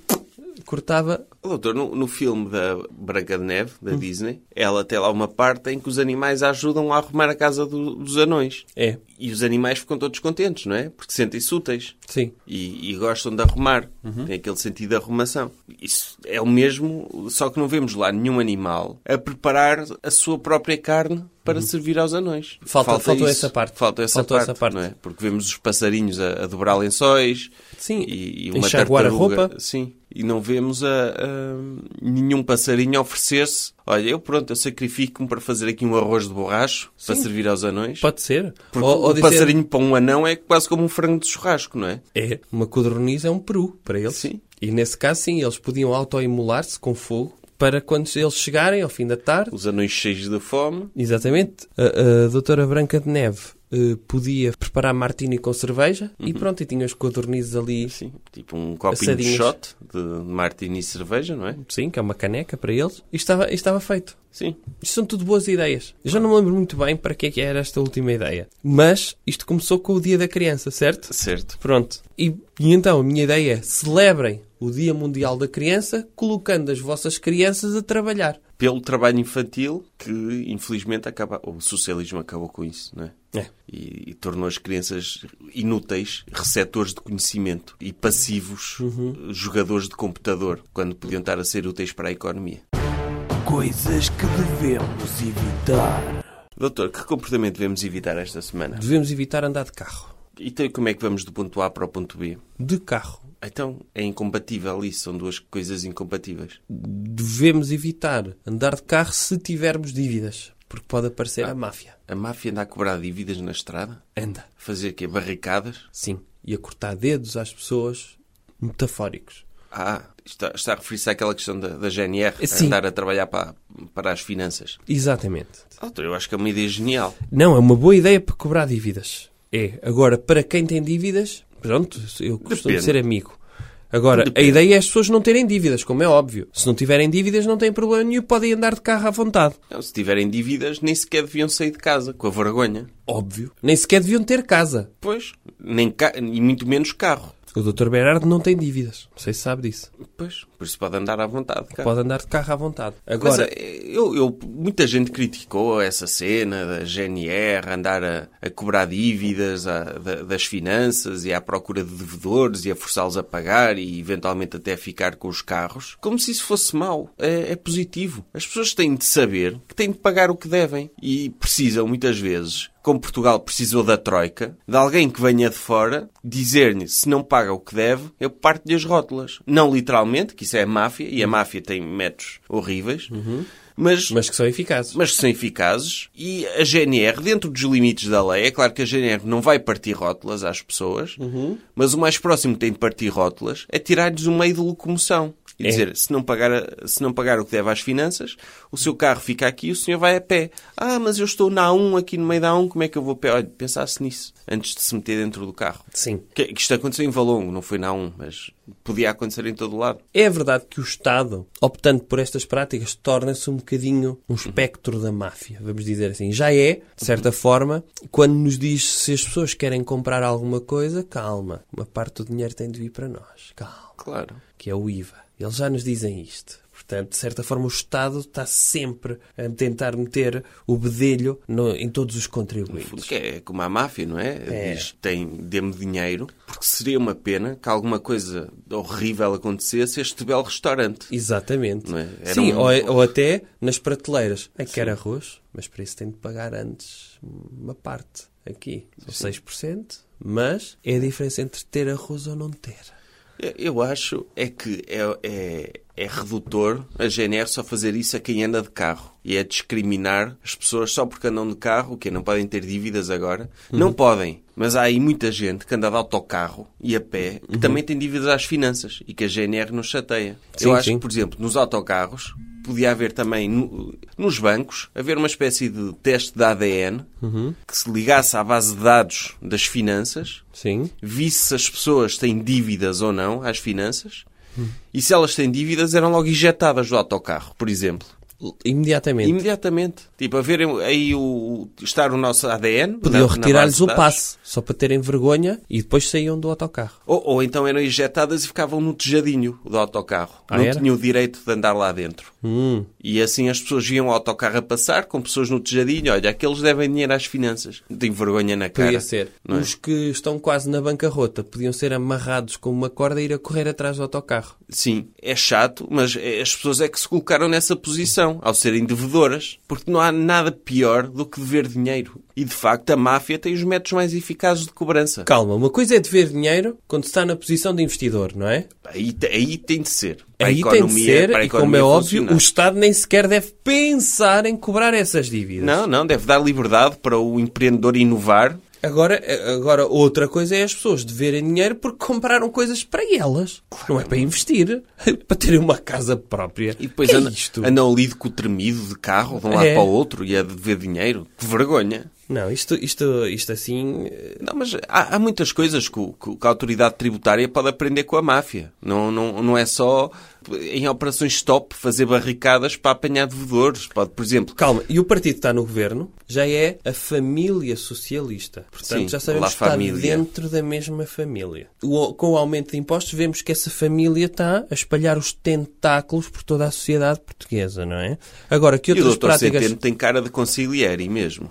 [SPEAKER 3] cortava.
[SPEAKER 2] Oh, Doutor, no, no filme da Branca de Neve, da Disney, ela tem lá uma parte em que os animais a ajudam a arrumar a casa do- dos anões.
[SPEAKER 3] É,
[SPEAKER 2] E os animais ficam todos contentes, não é? Porque sentem-se úteis.
[SPEAKER 3] sim.
[SPEAKER 2] E, e gostam de arrumar.
[SPEAKER 3] Uhum.
[SPEAKER 2] Tem aquele sentido de arrumação. Isso é o mesmo, só que não vemos lá nenhum animal a preparar a sua própria carne para servir aos anões.
[SPEAKER 3] Uhum. Falta- faltou essa parte.
[SPEAKER 2] Falta essa
[SPEAKER 3] Faltou
[SPEAKER 2] parte,
[SPEAKER 3] essa parte.
[SPEAKER 2] Não é? Porque vemos os passarinhos a, a dobrar lençóis
[SPEAKER 3] Sim,
[SPEAKER 2] e, e uma
[SPEAKER 3] enxaguar a
[SPEAKER 2] tartaruga.
[SPEAKER 3] roupa.
[SPEAKER 2] Sim. E não vemos a, a nenhum passarinho a oferecer-se. Olha, eu pronto, eu sacrifico-me para fazer aqui um arroz de borracho para
[SPEAKER 3] Sim.
[SPEAKER 2] servir aos anões.
[SPEAKER 3] Pode ser.
[SPEAKER 2] Porque o passarinho para um anão é quase como um frango de churrasco, não é?
[SPEAKER 3] É, uma codorniz é um peru para eles.
[SPEAKER 2] Sim.
[SPEAKER 3] E nesse caso, sim, eles podiam autoimular-se com fogo para quando eles chegarem ao fim da tarde.
[SPEAKER 2] Os anões cheios de fome.
[SPEAKER 3] Exatamente. A, a doutora Branca de Neve eh, podia preparar martini com cerveja e
[SPEAKER 2] Uhum.
[SPEAKER 3] pronto, e tinha os codornizes ali.
[SPEAKER 2] Sim, tipo um copinho de
[SPEAKER 3] Assadinhas.
[SPEAKER 2] shot de martini e cerveja, não é?
[SPEAKER 3] Sim, que é uma caneca para eles. E estava, e estava feito.
[SPEAKER 2] Sim.
[SPEAKER 3] Isto são tudo boas ideias. Eu já não me lembro muito bem para que é que era esta última ideia. Mas isto começou com o Dia da Criança, certo?
[SPEAKER 2] Certo.
[SPEAKER 3] Pronto. E, e então a minha ideia é celebrem o Dia Mundial da Criança colocando as vossas crianças a trabalhar.
[SPEAKER 2] Pelo trabalho infantil, que infelizmente acaba... o socialismo acabou com isso, não é?
[SPEAKER 3] É.
[SPEAKER 2] E, e tornou as crianças inúteis, receptores de conhecimento e passivos eh, jogadores de computador, quando podiam estar a ser úteis para a economia.
[SPEAKER 1] Coisas que devemos evitar.
[SPEAKER 2] Doutor, que comportamento devemos evitar esta semana?
[SPEAKER 3] Devemos evitar andar de carro.
[SPEAKER 2] Então, como é que vamos do ponto A para o ponto B?
[SPEAKER 3] De carro.
[SPEAKER 2] Então, é incompatível isso, são duas coisas incompatíveis.
[SPEAKER 3] Devemos evitar andar de carro se tivermos dívidas. Porque pode aparecer a máfia.
[SPEAKER 2] A máfia anda a cobrar dívidas na estrada?
[SPEAKER 3] Anda.
[SPEAKER 2] Fazer quê? Barricadas?
[SPEAKER 3] Sim. E a cortar dedos às pessoas metafóricos.
[SPEAKER 2] Ah, está, está a referir-se àquela questão da, da GNR,
[SPEAKER 3] Sim.
[SPEAKER 2] andar a trabalhar para, para as finanças.
[SPEAKER 3] Exatamente.
[SPEAKER 2] Ah, então eu acho que é uma ideia genial.
[SPEAKER 3] Não, é uma boa ideia para cobrar dívidas. É. Agora, para quem tem dívidas, pronto, eu costumo
[SPEAKER 2] Depende.
[SPEAKER 3] ser amigo. Agora, a ideia é as pessoas não terem dívidas, como é óbvio. Se não tiverem dívidas, não tem problema nenhum, podem andar de carro à vontade.
[SPEAKER 2] Não, Então, se tiverem dívidas, nem sequer deviam sair de casa, com a vergonha.
[SPEAKER 3] Óbvio. Nem sequer deviam ter casa.
[SPEAKER 2] Pois, nem ca- e muito menos carro.
[SPEAKER 3] O Dr. Berardo não tem dívidas. Não sei se sabe disso.
[SPEAKER 2] Pois, por isso pode andar à vontade. Cara.
[SPEAKER 3] Pode andar de carro à vontade.
[SPEAKER 2] Tá. Mas
[SPEAKER 3] Agora,
[SPEAKER 2] eh, eu, eu- muita gente criticou essa cena da GNR andar a, a cobrar dívidas à- da- das finanças e à procura de devedores e a forçá-los a pagar e eventualmente até a ficar com os carros, como se isso fosse mau. É, é positivo. As pessoas têm de saber que têm de pagar o que devem e precisam muitas vezes. Como Portugal precisou da Troika, de alguém que venha de fora dizer-lhe se não paga o que deve, eu parto-lhe as rótulas. Não literalmente, que isso é a máfia, e a máfia tem métodos horríveis, mas, mas,
[SPEAKER 3] mas que são eficazes.
[SPEAKER 2] que são eficazes. E a GNR, dentro dos limites da lei, é claro que a GNR não vai partir rótulas às pessoas, mas o mais próximo que tem de partir rótulas é tirar-lhes o meio de locomoção. E
[SPEAKER 3] É.
[SPEAKER 2] dizer, se não, pagar, a- se não pagar o que deve às finanças, o seu carro fica aqui e o senhor vai a pé. Ah, mas eu estou na A1, aqui no meio da A1, como é que eu vou a pé? Olha, pensasse nisso, antes de se meter dentro do carro.
[SPEAKER 3] Sim.
[SPEAKER 2] Que, que isto aconteceu em Valongo, não foi na A1, mas Podia acontecer em todo o lado.
[SPEAKER 3] É verdade que o Estado, optando por estas práticas, torna-se um bocadinho um espectro da máfia, vamos dizer assim. Já é, de certa forma, quando nos diz se as pessoas querem comprar alguma coisa, calma, uma parte do dinheiro tem de vir para nós, calma,
[SPEAKER 2] Claro.
[SPEAKER 3] que é o IVA. Eles já nos dizem isto. Portanto, de certa forma, o Estado está sempre a tentar meter o bedelho no- em todos os
[SPEAKER 2] fundo,
[SPEAKER 3] contribuintes.
[SPEAKER 2] que é como a máfia, não é?
[SPEAKER 3] É.
[SPEAKER 2] Diz, tem, dê-me dinheiro, porque seria uma pena que alguma coisa horrível acontecesse a este belo restaurante.
[SPEAKER 3] Exatamente.
[SPEAKER 2] Não é? Era
[SPEAKER 3] Sim,
[SPEAKER 2] um-
[SPEAKER 3] ou, ou até nas prateleiras. É que quer arroz, mas para isso tem de pagar antes uma parte aqui. São 6%, mas é a diferença entre ter arroz ou não ter.
[SPEAKER 2] Eu- Eu acho é que é, é, é redutor a GNR só fazer isso a quem anda de carro. E é discriminar as pessoas só porque andam de carro, que não podem ter dívidas agora.
[SPEAKER 3] Uhum.
[SPEAKER 2] Não podem. Mas há aí muita gente que anda de autocarro e a pé
[SPEAKER 3] Uhum.
[SPEAKER 2] que também tem dívidas às finanças e que a GNR nos chateia.
[SPEAKER 3] Sim,
[SPEAKER 2] Eu acho
[SPEAKER 3] sim.
[SPEAKER 2] que, por exemplo, nos autocarros podia haver também no- nos bancos haver uma espécie de teste de ADN
[SPEAKER 3] Uhum.
[SPEAKER 2] que se ligasse à base de dados das finanças
[SPEAKER 3] Sim.
[SPEAKER 2] visse se as pessoas têm dívidas ou não às finanças e se elas têm dívidas eram logo injetadas do autocarro, por exemplo.
[SPEAKER 3] Imediatamente.
[SPEAKER 2] Imediatamente. Tipo, a verem aí o, estar o nosso ADN. na-
[SPEAKER 3] Podiam
[SPEAKER 2] na
[SPEAKER 3] retirar-lhes
[SPEAKER 2] base
[SPEAKER 3] o
[SPEAKER 2] de dados.
[SPEAKER 3] passe, só para terem vergonha e depois saíam do autocarro.
[SPEAKER 2] Ou, ou então eram injetadas e ficavam no tejadinho do autocarro.
[SPEAKER 3] Ah,
[SPEAKER 2] não
[SPEAKER 3] era?
[SPEAKER 2] tinham o direito de andar lá dentro.
[SPEAKER 3] Hum.
[SPEAKER 2] E assim as pessoas viam o autocarro a passar com pessoas no tejadinho. Olha, aqueles devem dinheiro às finanças. Não tenho vergonha na cara.
[SPEAKER 3] Podia ser.
[SPEAKER 2] não é?
[SPEAKER 3] Os que estão quase na bancarrota podiam ser amarrados com uma corda e ir a correr atrás do autocarro.
[SPEAKER 2] Sim, é chato, mas é- as pessoas é que se colocaram nessa posição, ao serem devedoras, porque não há nada pior do que dever dinheiro. E, de facto, a máfia tem os métodos mais eficazes de cobrança.
[SPEAKER 3] Calma, uma coisa é dever dinheiro quando se está na posição de investidor, não é?
[SPEAKER 2] Aí, te- aí tem de ser. Para a
[SPEAKER 3] Aí tem de
[SPEAKER 2] economia-
[SPEAKER 3] ser,
[SPEAKER 2] para a
[SPEAKER 3] e como
[SPEAKER 2] economia
[SPEAKER 3] é óbvio,
[SPEAKER 2] funcionar.
[SPEAKER 3] o Estado nem sequer deve pensar em cobrar essas dívidas.
[SPEAKER 2] Não, não, deve dar liberdade para o empreendedor inovar.
[SPEAKER 3] Agora, agora, outra coisa é as pessoas deverem dinheiro porque compraram coisas para elas. Não é para investir, [LAUGHS] para terem uma casa própria.
[SPEAKER 2] E depois
[SPEAKER 3] Que é
[SPEAKER 2] anda-
[SPEAKER 3] isto?
[SPEAKER 2] andam ali com o tremido de carro de um lado
[SPEAKER 3] É.
[SPEAKER 2] para o outro e a dever dinheiro. Que vergonha.
[SPEAKER 3] Não, isto, isto, isto assim... eh,
[SPEAKER 2] Não, mas há, há muitas coisas que, o- que o- que a autoridade tributária pode aprender com a máfia. Não, não, não é só em operações stop fazer barricadas para apanhar devedores. Pode, por exemplo,
[SPEAKER 3] Calma, e o partido que está no governo já é a família socialista. Portanto,
[SPEAKER 2] Sim,
[SPEAKER 3] já
[SPEAKER 2] La
[SPEAKER 3] sabemos que está
[SPEAKER 2] Família.
[SPEAKER 3] dentro da mesma família. O- com o aumento de impostos, vemos que essa família está a espalhar os tentáculos por toda a sociedade portuguesa, não é? Agora, que
[SPEAKER 2] e o
[SPEAKER 3] outras
[SPEAKER 2] doutor
[SPEAKER 3] práticas
[SPEAKER 2] Centeno tem cara de conciliere mesmo.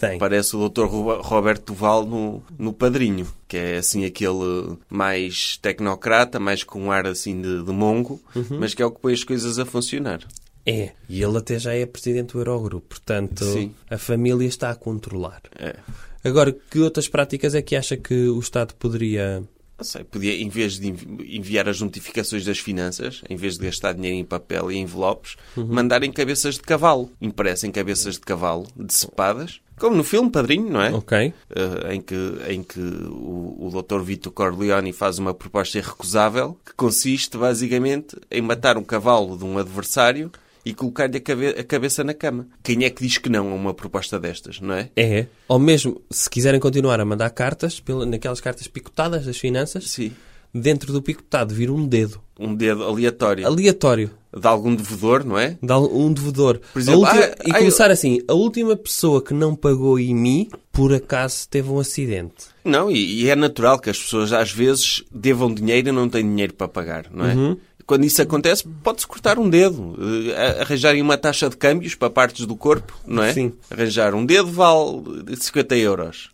[SPEAKER 3] tem?
[SPEAKER 2] Parece o doutor Roberto Duval no, no Padrinho, que é assim aquele mais tecnocrata, mais com um ar assim de, de mongo,
[SPEAKER 3] Uhum.
[SPEAKER 2] mas que é o que põe as coisas a funcionar.
[SPEAKER 3] É, e ele até já é presidente do Eurogrupo, portanto,
[SPEAKER 2] Sim.
[SPEAKER 3] a família está a controlar.
[SPEAKER 2] É.
[SPEAKER 3] Agora, que outras práticas é que acha que o Estado poderia...
[SPEAKER 2] Não sei, podia, em vez de envi- enviar as notificações das finanças, em vez de gastar dinheiro em papel e envelopes, mandarem cabeças de cavalo. Impressem cabeças de cavalo decepadas, como no filme Padrinho, não é?
[SPEAKER 3] Ok.
[SPEAKER 2] Eh, em que, em que o, o Dr. Vito Corleone faz uma proposta irrecusável que consiste basicamente em matar um cavalo de um adversário e colocar-lhe a, cabe- a cabeça na cama. Quem é que diz que não a uma proposta destas, não é?
[SPEAKER 3] É. Ou mesmo, se quiserem continuar a mandar cartas, pela- naquelas cartas picotadas das finanças,
[SPEAKER 2] Sim.
[SPEAKER 3] dentro do picotado vir um dedo.
[SPEAKER 2] Um dedo aleatório
[SPEAKER 3] Aleatório.
[SPEAKER 2] de algum devedor, não é?
[SPEAKER 3] Dá um devedor.
[SPEAKER 2] Por exemplo,
[SPEAKER 3] A última-
[SPEAKER 2] ah,
[SPEAKER 3] e
[SPEAKER 2] ah,
[SPEAKER 3] começar assim, a última pessoa que não pagou em mim, por acaso teve um acidente.
[SPEAKER 2] Não, e, e é natural que as pessoas às vezes devam dinheiro e não têm dinheiro para pagar, não é? Quando isso acontece, pode-se cortar um dedo, eh, a- arranjarem uma taxa de câmbios para partes do corpo, não é?
[SPEAKER 3] Sim.
[SPEAKER 2] Arranjar um dedo vale 50 euros,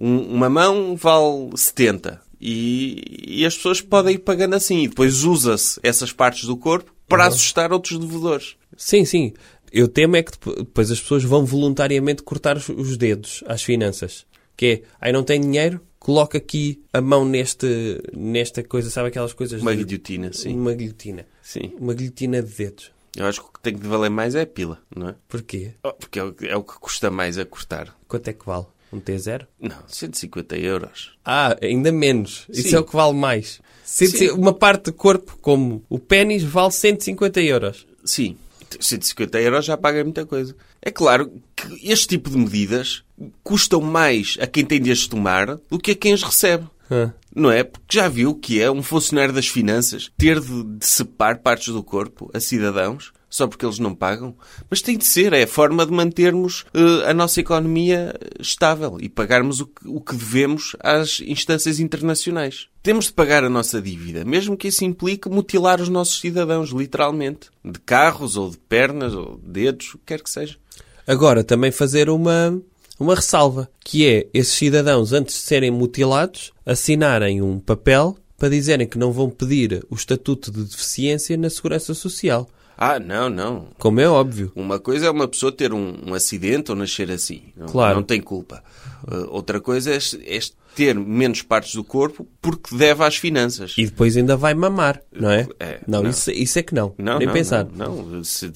[SPEAKER 2] Um- uma mão vale 70 e, e as pessoas podem ir pagando assim e depois usa-se essas partes do corpo para assustar outros devedores.
[SPEAKER 3] Sim, sim. Eu temo é que depo- depois as pessoas vão voluntariamente cortar os, os dedos às finanças. Que é, aí não tem dinheiro, coloca aqui a mão neste, nesta coisa, sabe aquelas coisas...
[SPEAKER 2] Uma
[SPEAKER 3] de-
[SPEAKER 2] guilhotina, sim. Uhum.
[SPEAKER 3] Uma guilhotina.
[SPEAKER 2] Sim.
[SPEAKER 3] Uma guilhotina de dedos.
[SPEAKER 2] Eu acho que o que tem que valer mais é a pila, não é?
[SPEAKER 3] Porquê?
[SPEAKER 2] Oh, Porque é o, é o que custa mais a cortar.
[SPEAKER 3] Quanto é que vale? Um T0?
[SPEAKER 2] Não, 150 euros.
[SPEAKER 3] Ah, ainda menos. Isso
[SPEAKER 2] Sim.
[SPEAKER 3] é o que vale mais. Cento e-
[SPEAKER 2] Sim.
[SPEAKER 3] Uma parte do corpo, como o pênis, vale 150 euros.
[SPEAKER 2] Sim, 150 euros já paga muita coisa. É claro que este tipo de medidas custam mais a quem tem de as tomar do que a quem as recebe.
[SPEAKER 3] Hã?
[SPEAKER 2] Não é? Porque já viu que é um funcionário das finanças ter de decepar partes do corpo a cidadãos só porque eles não pagam? Mas tem de ser, é a forma de mantermos eh, a nossa economia eh, estável e pagarmos o que, o que devemos às instâncias internacionais. Temos de pagar a nossa dívida, mesmo que isso implique mutilar os nossos cidadãos, literalmente. De carros, ou de pernas, ou de dedos, o que quer que seja.
[SPEAKER 3] Agora, também fazer uma, uma ressalva, que é esses cidadãos, antes de serem mutilados, assinarem um papel para dizerem que não vão pedir o estatuto de deficiência na Segurança Social.
[SPEAKER 2] Ah, não, não.
[SPEAKER 3] Como é óbvio.
[SPEAKER 2] Uma coisa é uma pessoa ter um, um acidente ou nascer assim. Não,
[SPEAKER 3] Claro.
[SPEAKER 2] Não tem culpa. Uh, outra coisa é, é ter menos partes do corpo porque deve às finanças.
[SPEAKER 3] E depois ainda vai mamar, não é?
[SPEAKER 2] É,
[SPEAKER 3] não,
[SPEAKER 2] não.
[SPEAKER 3] Isso, isso é que não.
[SPEAKER 2] Não,
[SPEAKER 3] Nem
[SPEAKER 2] não,
[SPEAKER 3] pensar.
[SPEAKER 2] Não, não. Se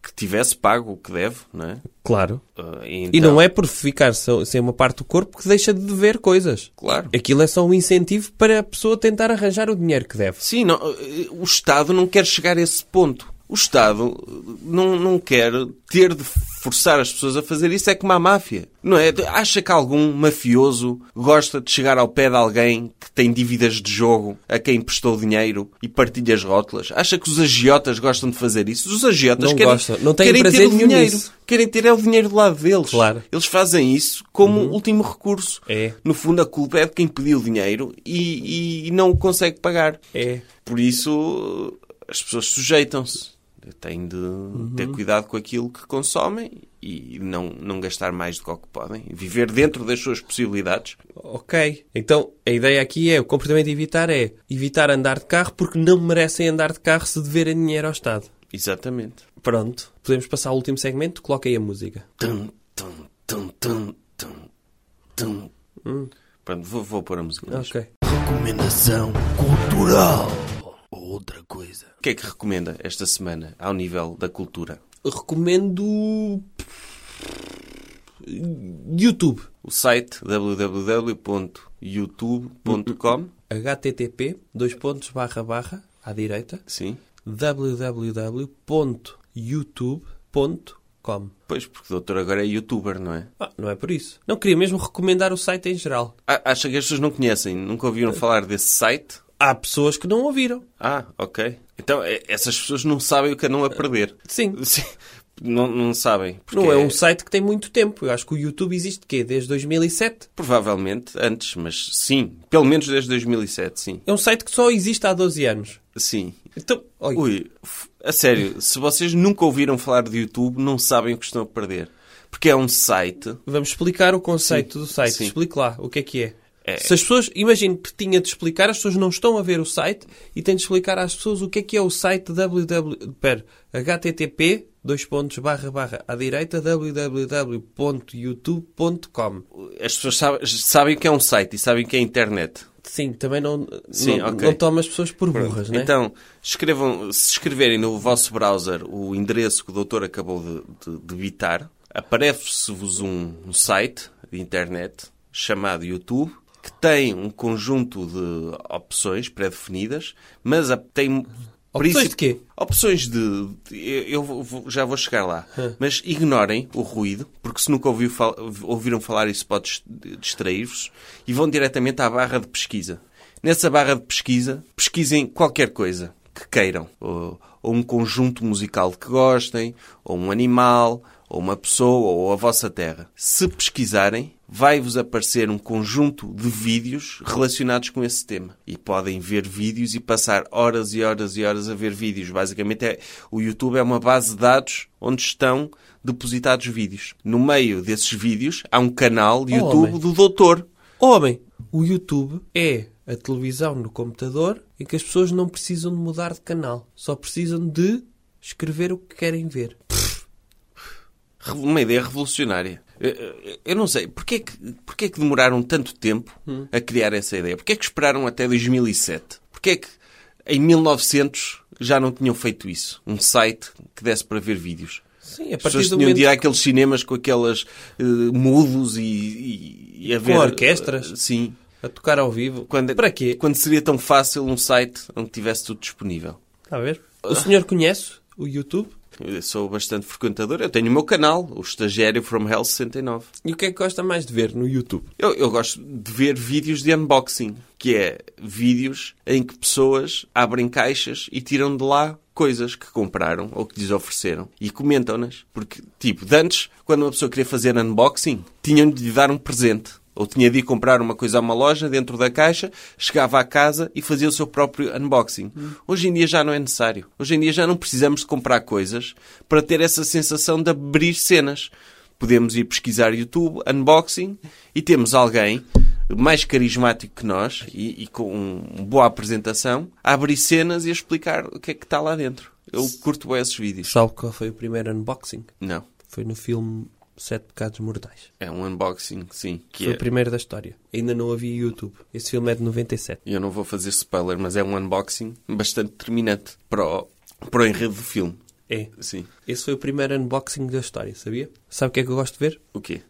[SPEAKER 2] que tivesse pago o que deve, não é?
[SPEAKER 3] Claro.
[SPEAKER 2] Uh,
[SPEAKER 3] E
[SPEAKER 2] então-
[SPEAKER 3] não é por ficar so- sem uma parte do corpo que deixa de dever coisas.
[SPEAKER 2] Claro.
[SPEAKER 3] Aquilo é só um incentivo para a pessoa tentar arranjar o dinheiro que deve.
[SPEAKER 2] Sim, não, eh, o Estado não quer chegar a esse ponto. O Estado eh, não, não quer ter de forçar as pessoas a fazer isso, é como a máfia. Não é? Acha que algum mafioso gosta de chegar ao pé de alguém que tem dívidas de jogo, a quem prestou dinheiro e partilha as rótulas? Acha que os agiotas gostam de fazer isso? Os agiotas
[SPEAKER 3] Não
[SPEAKER 2] querem,
[SPEAKER 3] gostam. Não têm
[SPEAKER 2] querem ter
[SPEAKER 3] prazer
[SPEAKER 2] o
[SPEAKER 3] nenhum
[SPEAKER 2] dinheiro.
[SPEAKER 3] nisso.
[SPEAKER 2] Querem ter é o dinheiro do lado deles.
[SPEAKER 3] Claro. Uhum.
[SPEAKER 2] Eles fazem isso como último recurso.
[SPEAKER 3] É.
[SPEAKER 2] No fundo, a culpa é de quem pediu o dinheiro e, e- e não o consegue pagar.
[SPEAKER 3] É.
[SPEAKER 2] Por isso, as pessoas sujeitam-se. Têm de ter cuidado com aquilo que consomem e não, não gastar mais do que o que podem. Viver dentro das suas possibilidades.
[SPEAKER 3] Ok. Então, a ideia aqui é, o comportamento de evitar é evitar andar de carro porque não merecem andar de carro se deverem dinheiro ao Estado.
[SPEAKER 2] Exatamente.
[SPEAKER 3] Pronto. Podemos passar ao último segmento? Coloca aí a música.
[SPEAKER 2] Tum, tum, tum, tum, tum, tum. Pronto, vou, vou pôr a música. nisto.
[SPEAKER 3] Ok.
[SPEAKER 1] Recomendação cultural. Outra coisa.
[SPEAKER 2] O que é que recomenda esta semana ao nível da cultura?
[SPEAKER 3] Recomendo... YouTube.
[SPEAKER 2] O site www.youtube.com
[SPEAKER 3] http, dois pontos, barra, barra, à direita,
[SPEAKER 2] Sim.
[SPEAKER 3] www.youtube.com
[SPEAKER 2] Pois, porque o doutor agora é youtuber, não é?
[SPEAKER 3] Ah, não é por isso. Não queria mesmo recomendar o site em geral.
[SPEAKER 2] A- Acha que as pessoas não conhecem? Nunca ouviram falar desse site?
[SPEAKER 3] Há pessoas que não ouviram.
[SPEAKER 2] Ah, ok. Então, é- essas pessoas não sabem o que andam a perder.
[SPEAKER 3] Ah, Sim.
[SPEAKER 2] Sim. Não, não sabem. Porque
[SPEAKER 3] Não é um site que tem muito tempo. Eu acho que o YouTube existe, quê? Desde 2007?
[SPEAKER 2] Provavelmente antes, mas sim. Pelo menos desde 2007, sim.
[SPEAKER 3] É um site que só existe há 12 anos.
[SPEAKER 2] Sim.
[SPEAKER 3] Então, olha,
[SPEAKER 2] Ui, f- a sério, se vocês nunca ouviram falar de YouTube, não sabem o que estão a perder. Porque é um site
[SPEAKER 3] vamos explicar o conceito do site.
[SPEAKER 2] sim.
[SPEAKER 3] Explique lá o que é que é.
[SPEAKER 2] É.
[SPEAKER 3] Se as pessoas, imagino que tinha de explicar, as pessoas não estão a ver o site e tem de explicar às pessoas o que é que é o site www, pera, http, dois pontos, barra, barra, à direita, www.youtube.com.
[SPEAKER 2] As pessoas sabem, sabem que é um site e sabem que é internet.
[SPEAKER 3] Sim, também não,
[SPEAKER 2] Sim,
[SPEAKER 3] não,
[SPEAKER 2] ok.
[SPEAKER 3] não toma as pessoas por burras, né?
[SPEAKER 2] Então, escrevam, se escreverem no vosso browser o endereço que o doutor acabou de, de, de bitar, aparece-vos um, um site de internet chamado YouTube que tem um conjunto de opções pré-definidas, mas a- tem...
[SPEAKER 3] Opções
[SPEAKER 2] princip-
[SPEAKER 3] de quê?
[SPEAKER 2] Opções de... de- eu eu vou- vou- já vou chegar lá. Mas ignorem o ruído, porque se nunca ouviu fal- ouviram falar isso pode dis- distrair-vos, e vão diretamente à barra de pesquisa. Nessa barra de pesquisa, pesquisem qualquer coisa que queiram. Ou, ou um conjunto musical que gostem, ou um animal, ou uma pessoa, ou a vossa terra. Se pesquisarem, vai-vos aparecer um conjunto de vídeos relacionados com esse tema. E podem ver vídeos e passar horas e horas e horas a ver vídeos. Basicamente, é, o YouTube é uma base de dados onde estão depositados vídeos. No meio desses vídeos, há um canal de
[SPEAKER 3] Oh,
[SPEAKER 2] YouTube
[SPEAKER 3] homem.
[SPEAKER 2] do doutor.
[SPEAKER 3] Homem, o YouTube é a televisão no computador em que as pessoas não precisam de mudar de canal. Só precisam de escrever o que querem ver.
[SPEAKER 2] Revo- uma ideia revolucionária. Eu- eu- Eu não sei, porquê é que, porquê é que demoraram tanto tempo a criar essa ideia? Porquê é que esperaram até 2007? Porquê é que em 1900 já não tinham feito isso? Um site que desse para ver vídeos.
[SPEAKER 3] Sim, a
[SPEAKER 2] As
[SPEAKER 3] partir
[SPEAKER 2] pessoas
[SPEAKER 3] do
[SPEAKER 2] tinham de
[SPEAKER 3] momento...
[SPEAKER 2] ir àqueles cinemas com aquelas eh, mudos e, e, e a
[SPEAKER 3] Com
[SPEAKER 2] ver... eh,
[SPEAKER 3] orquestras?
[SPEAKER 2] sim.
[SPEAKER 3] A tocar ao vivo.
[SPEAKER 2] Quando,
[SPEAKER 3] Para quê?
[SPEAKER 2] Quando seria tão fácil um site onde tivesse tudo disponível?
[SPEAKER 3] Está a ver? O senhor conhece o YouTube?
[SPEAKER 2] Eu sou bastante frequentador. Eu tenho o meu canal, o Estagiário From Hell 69.
[SPEAKER 3] E o que é que gosta mais de ver no YouTube?
[SPEAKER 2] Eu, eu gosto de ver vídeos de unboxing, que é vídeos em que pessoas abrem caixas e tiram de lá coisas que compraram ou que lhes ofereceram e comentam-nas. Porque, tipo, de antes, quando uma pessoa queria fazer unboxing, tinham de lhe dar um presente. Ou tinha de ir comprar uma coisa a uma loja dentro da caixa, chegava à casa e fazia o seu próprio unboxing. Hoje em dia já não é necessário. Hoje em dia já não precisamos de comprar coisas para ter essa sensação de abrir cenas. Podemos ir pesquisar YouTube, unboxing, e temos alguém mais carismático que nós e, e com um, uma boa apresentação a abrir cenas e a explicar o que é que está lá dentro. Eu curto bem esses vídeos.
[SPEAKER 3] Sabe qual foi o primeiro unboxing?
[SPEAKER 2] Não.
[SPEAKER 3] Foi no filme Sete Pecados Mortais.
[SPEAKER 2] É um unboxing, sim. Que
[SPEAKER 3] Foi
[SPEAKER 2] é-
[SPEAKER 3] o primeiro da história. Ainda não havia YouTube. Esse filme é de 97.
[SPEAKER 2] Eu não vou fazer spoiler, mas é um unboxing bastante determinante para o, para o enredo do filme.
[SPEAKER 3] É.
[SPEAKER 2] Sim.
[SPEAKER 3] Esse foi o primeiro unboxing da história, sabia? Sabe o que é que eu gosto de ver?
[SPEAKER 2] O quê?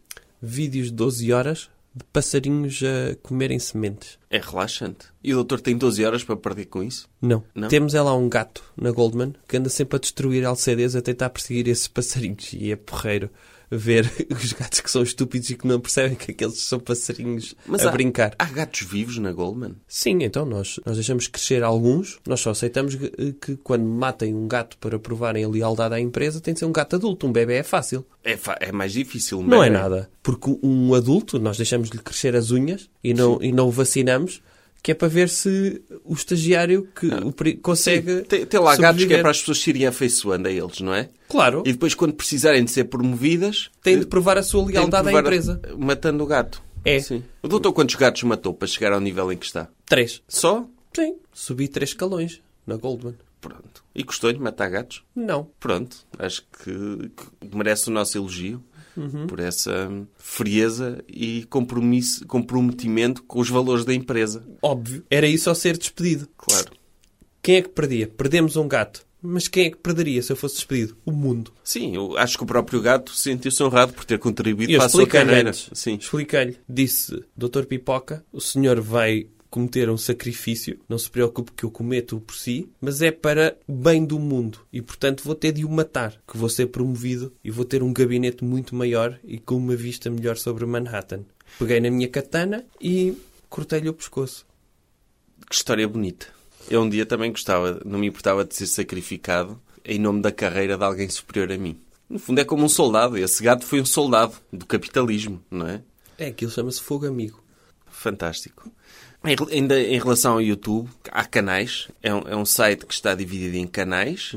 [SPEAKER 3] Vídeos de 12 horas de passarinhos a comerem sementes.
[SPEAKER 2] É relaxante. E o doutor tem 12 horas para perder com isso?
[SPEAKER 3] Não.
[SPEAKER 2] Não?
[SPEAKER 3] Temos é lá um gato na Goldman que anda sempre a destruir LCDs a tentar perseguir esses passarinhos. E é porreiro ver [LAUGHS] os gatos que são estúpidos e que não percebem que aqueles são passarinhos a
[SPEAKER 2] há,
[SPEAKER 3] brincar.
[SPEAKER 2] Há gatos vivos na Goldman?
[SPEAKER 3] Sim, então nós, nós deixamos crescer alguns, nós só aceitamos que, que quando matem um gato para provarem a lealdade à empresa tem de ser um gato adulto, um bebê é fácil.
[SPEAKER 2] É, fa- é mais difícil.
[SPEAKER 3] Não é
[SPEAKER 2] bebê.
[SPEAKER 3] nada, porque um adulto nós deixamos-lhe crescer as unhas e não, e não o vacinamos, que é para ver se o estagiário que o pri- consegue
[SPEAKER 2] Ah. Tem, tem lá gatos que é
[SPEAKER 3] sobreviver.
[SPEAKER 2] para as pessoas se irem afeiçoando a eles, não é?
[SPEAKER 3] Claro,
[SPEAKER 2] E depois, quando precisarem de ser promovidas, eh,
[SPEAKER 3] tem de provar a sua
[SPEAKER 2] têm de
[SPEAKER 3] lealdade à
[SPEAKER 2] provar-
[SPEAKER 3] empresa.
[SPEAKER 2] Matando o gato.
[SPEAKER 3] É.
[SPEAKER 2] Sim. O doutor quantos gatos matou para chegar ao nível em que está?
[SPEAKER 3] Três.
[SPEAKER 2] Só?
[SPEAKER 3] Sim, subi três escalões na Goldman.
[SPEAKER 2] Pronto. E custou-lhe matar gatos?
[SPEAKER 3] Não.
[SPEAKER 2] Pronto. Acho que, que merece o nosso elogio
[SPEAKER 3] Uhum.
[SPEAKER 2] por essa frieza e compromisso, comprometimento com os valores da empresa.
[SPEAKER 3] Óbvio. Era isso ao ser despedido.
[SPEAKER 2] Claro.
[SPEAKER 3] Quem é que perdia? Perdemos um gato. Mas quem é que perderia se eu fosse despedido? O mundo.
[SPEAKER 2] Sim, eu acho que o próprio gato sentiu-se honrado por ter contribuído
[SPEAKER 3] E eu
[SPEAKER 2] para a sua
[SPEAKER 3] expliquei-lhe
[SPEAKER 2] carreira.
[SPEAKER 3] antes.
[SPEAKER 2] Sim.
[SPEAKER 3] Expliquei-lhe. Disse, Doutor Pipoca, o senhor vai cometer um sacrifício. Não se preocupe que eu cometo por si, mas é para bem do mundo. E, portanto, vou ter de o matar, que vou ser promovido e vou ter um gabinete muito maior e com uma vista melhor sobre Manhattan. Peguei na minha katana e cortei-lhe o pescoço.
[SPEAKER 2] Que história bonita. Eu um dia também gostava, não me importava de ser sacrificado em nome da carreira de alguém superior a mim. No fundo é como um soldado. Esse gato foi um soldado do capitalismo, não é?
[SPEAKER 3] É, aquilo chama-se fogo amigo.
[SPEAKER 2] Fantástico. Em rel- Ainda em relação ao YouTube, há canais. É um, é um site que está dividido em canais,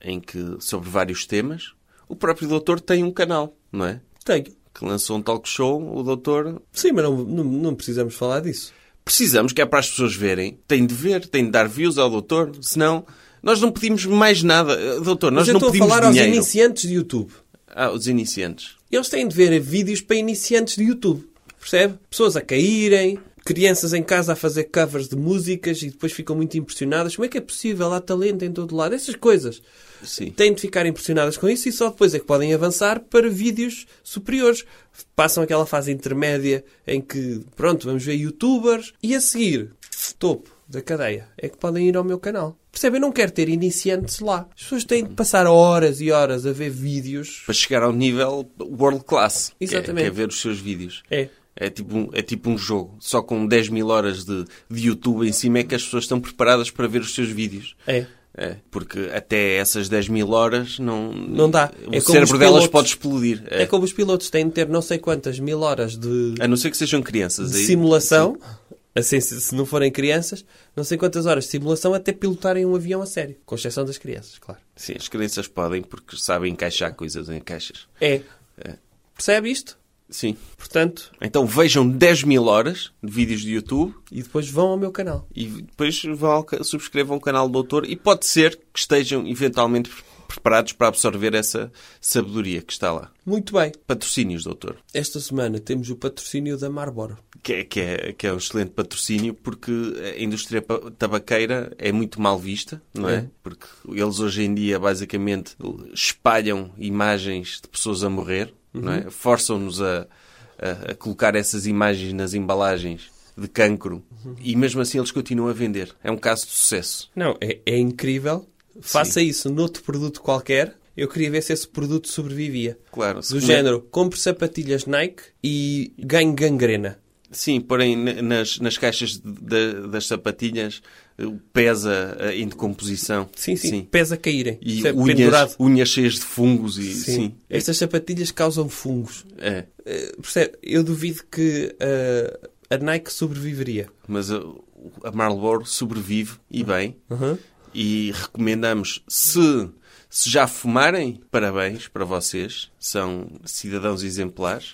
[SPEAKER 2] em que sobre vários temas. O próprio doutor tem um canal, não é?
[SPEAKER 3] Tenho.
[SPEAKER 2] Que lançou um talk show, o doutor...
[SPEAKER 3] Sim, mas não- não, não precisamos falar disso.
[SPEAKER 2] Precisamos, que é para as pessoas verem. Tem de ver, tem de dar views ao doutor, senão... Nós não pedimos mais nada. Eh, Doutor, nós
[SPEAKER 3] Mas eu
[SPEAKER 2] não
[SPEAKER 3] estou a
[SPEAKER 2] pedimos
[SPEAKER 3] falar
[SPEAKER 2] dinheiro.
[SPEAKER 3] aos iniciantes de YouTube.
[SPEAKER 2] Ah, os iniciantes.
[SPEAKER 3] Eles têm de ver vídeos para iniciantes de YouTube. Percebe? Pessoas a caírem, crianças em casa a fazer covers de músicas e depois ficam muito impressionadas. Como é que é possível? Há talento em todo lado. Essas coisas.
[SPEAKER 2] Sim.
[SPEAKER 3] Têm de ficar impressionadas com isso e só depois é que podem avançar para vídeos superiores. Passam aquela fase intermédia em que, pronto, vamos ver youtubers e a seguir, topo da cadeia, é que podem ir ao meu canal. Percebe? Eu não quero ter iniciantes lá. As pessoas têm de passar horas e horas a ver vídeos.
[SPEAKER 2] Para chegar ao nível world class. que é-
[SPEAKER 3] Exatamente.
[SPEAKER 2] Que é ver os seus vídeos.
[SPEAKER 3] É.
[SPEAKER 2] É tipo, um, é tipo um jogo. Só com 10 mil horas de, de YouTube em cima é que as pessoas estão preparadas para ver os seus vídeos.
[SPEAKER 3] É.
[SPEAKER 2] É, porque até essas 10 mil horas não...
[SPEAKER 3] Não dá.
[SPEAKER 2] O
[SPEAKER 3] É como
[SPEAKER 2] cérebro
[SPEAKER 3] os
[SPEAKER 2] delas
[SPEAKER 3] pilotos.
[SPEAKER 2] pode explodir. É.
[SPEAKER 3] É como os pilotos têm de ter não sei quantas mil horas de,
[SPEAKER 2] A não ser que sejam crianças.
[SPEAKER 3] de
[SPEAKER 2] aí-
[SPEAKER 3] simulação, assim, se se não forem crianças, não sei quantas horas de simulação até pilotarem um avião a sério. Com exceção das crianças, claro.
[SPEAKER 2] Sim, as crianças podem porque sabem encaixar coisas em caixas.
[SPEAKER 3] É.
[SPEAKER 2] É.
[SPEAKER 3] Percebe isto?
[SPEAKER 2] Sim.
[SPEAKER 3] Portanto,
[SPEAKER 2] Então vejam 10 mil horas de vídeos de YouTube
[SPEAKER 3] e depois vão ao meu canal.
[SPEAKER 2] e depois vão ao ca- subscrevam o canal do Doutor e pode ser que estejam eventualmente pre- preparados para absorver essa sabedoria que está lá.
[SPEAKER 3] Muito bem.
[SPEAKER 2] Patrocínios, Doutor.
[SPEAKER 3] Esta semana temos o patrocínio da Marlboro.
[SPEAKER 2] Que é, que, é, que é um excelente patrocínio porque a indústria pa- tabaqueira é muito mal vista, não é?
[SPEAKER 3] É.
[SPEAKER 2] Porque eles hoje em dia basicamente espalham imagens de pessoas a morrer, não
[SPEAKER 3] Uhum.
[SPEAKER 2] é? Forçam-nos a, a- a colocar essas imagens nas embalagens de cancro
[SPEAKER 3] Uhum.
[SPEAKER 2] e mesmo assim eles continuam a vender. É um caso de sucesso.
[SPEAKER 3] Não, é, é incrível. Faça isso noutro produto qualquer Eu queria ver se esse produto sobrevivia.
[SPEAKER 2] Claro. se
[SPEAKER 3] Do
[SPEAKER 2] comer-
[SPEAKER 3] género, compro sapatilhas Nike e ganho gangrena.
[SPEAKER 2] Sim, porém ne- nas, nas caixas de- das sapatilhas eh, pesa a indecomposição.
[SPEAKER 3] Sim, sim. Pesa caírem.
[SPEAKER 2] E
[SPEAKER 3] Isso é
[SPEAKER 2] unhas,
[SPEAKER 3] pendurado.
[SPEAKER 2] unhas cheias de fungos e sim.
[SPEAKER 3] Estas sapatilhas causam fungos.
[SPEAKER 2] É,
[SPEAKER 3] Eh, percebe? Eu duvido que ah, a Nike sobreviveria.
[SPEAKER 2] mas a, a Marlboro sobrevive e
[SPEAKER 3] Uhum.
[SPEAKER 2] bem. E recomendamos, se, se já fumarem, parabéns para vocês. São cidadãos exemplares.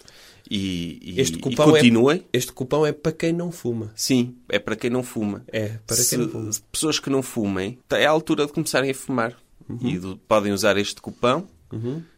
[SPEAKER 2] E, e-
[SPEAKER 3] Este
[SPEAKER 2] e
[SPEAKER 3] cupão é-
[SPEAKER 2] continuem.
[SPEAKER 3] Este cupom é para quem não fuma.
[SPEAKER 2] Sim, é para quem não fuma.
[SPEAKER 3] É, para
[SPEAKER 2] Se-
[SPEAKER 3] quem não fuma.
[SPEAKER 2] Pessoas que não fumem, tá- é a altura de começarem a fumar.
[SPEAKER 3] Uhum.
[SPEAKER 2] E do- podem usar este cupão.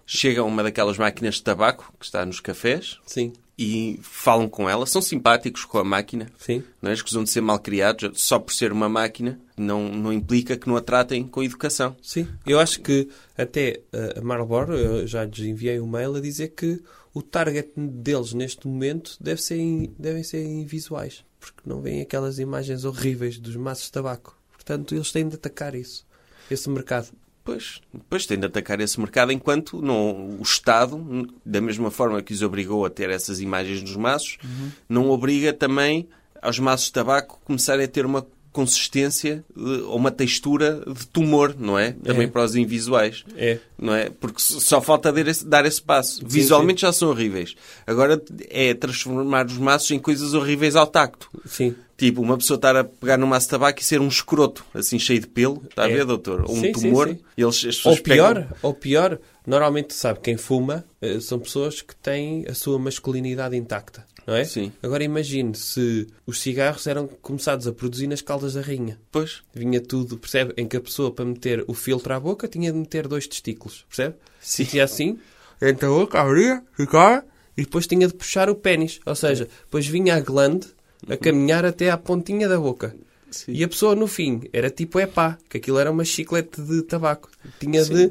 [SPEAKER 2] Chega a uma daquelas máquinas de tabaco que está nos cafés
[SPEAKER 3] Sim,
[SPEAKER 2] e falam com ela. São simpáticos com a máquina.
[SPEAKER 3] sim.
[SPEAKER 2] Não é? Escusam de ser malcriados. Só por ser uma máquina não, não implica que não a tratem com educação.
[SPEAKER 3] Sim, eu acho que até eh, a Marlboro, eu já lhes enviei um mail a dizer que o target deles neste momento deve ser em- devem ser invisuais, porque não veem aquelas imagens horríveis dos maços de tabaco. Portanto, eles têm de atacar isso, esse mercado.
[SPEAKER 2] Pois, pois tem de atacar esse mercado enquanto não, o Estado, da mesma forma que os obrigou a ter essas imagens nos maços, não obriga também aos maços de tabaco começarem a ter uma consistência eh, ou uma textura de tumor, não é? Também
[SPEAKER 3] É.
[SPEAKER 2] para os invisuais.
[SPEAKER 3] É.
[SPEAKER 2] Não é? Porque s- só falta dar esse, dar esse passo. Visualmente já são horríveis. Agora é transformar os maços em coisas horríveis ao tacto.
[SPEAKER 3] Sim,
[SPEAKER 2] Tipo, uma pessoa estar a pegar no maço de tabaco e ser um escroto, assim, cheio de pelo. Está a
[SPEAKER 3] É.
[SPEAKER 2] ver, doutor? Ou um
[SPEAKER 3] Sim, sim,
[SPEAKER 2] tumor.
[SPEAKER 3] sim.
[SPEAKER 2] Eles, as pessoas
[SPEAKER 3] ou pior,
[SPEAKER 2] pegam-
[SPEAKER 3] ou pior, normalmente sabe, quem fuma eh, são pessoas que têm a sua masculinidade intacta, não é?
[SPEAKER 2] Sim.
[SPEAKER 3] Agora imagine se os cigarros eram começados a produzir nas caldas da rainha.
[SPEAKER 2] Pois,
[SPEAKER 3] Vinha tudo, percebe? Em que a pessoa, para meter o filtro à boca, tinha de meter dois testículos, percebe?
[SPEAKER 2] Sim. Então,
[SPEAKER 3] Tinha assim, entre a boca, abria, ficava, e depois tinha de puxar o pênis. Ou seja, depois vinha a glande a caminhar até à pontinha da boca.
[SPEAKER 2] Sim.
[SPEAKER 3] E a pessoa, no fim, era tipo epá, que aquilo era uma chiclete de tabaco. Tinha de...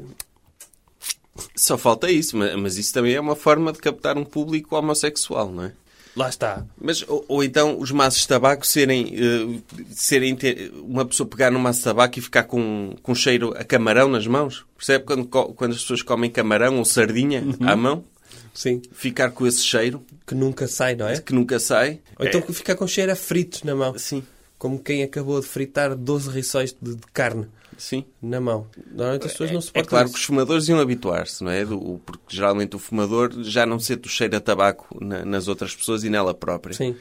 [SPEAKER 2] só falta isso, ma- mas, isso também é uma forma de captar um público homossexual, não é?
[SPEAKER 3] Lá está.
[SPEAKER 2] Mas, ou, ou então os maços de tabaco serem, eh, serem ter- uma pessoa pegar num maço de tabaco e ficar com, com cheiro a camarão nas mãos. Percebe quando, co- quando as pessoas comem camarão ou sardinha
[SPEAKER 3] Uhum.
[SPEAKER 2] à mão?
[SPEAKER 3] Sim.
[SPEAKER 2] Ficar com esse cheiro
[SPEAKER 3] Que nunca sai, não é?
[SPEAKER 2] que nunca sai.
[SPEAKER 3] Ou então que fica com cheiro a frito na mão.
[SPEAKER 2] É, sim,
[SPEAKER 3] Como quem acabou de fritar 12 rissóis de, de carne
[SPEAKER 2] sim.
[SPEAKER 3] na mão. Normalmente as pessoas não
[SPEAKER 2] É
[SPEAKER 3] suportam
[SPEAKER 2] claro
[SPEAKER 3] isso.
[SPEAKER 2] que os fumadores iam habituar-se, não é? Do- o- porque geralmente o fumador já não sente o cheiro a tabaco na- nas outras pessoas e nela própria.
[SPEAKER 3] Sim.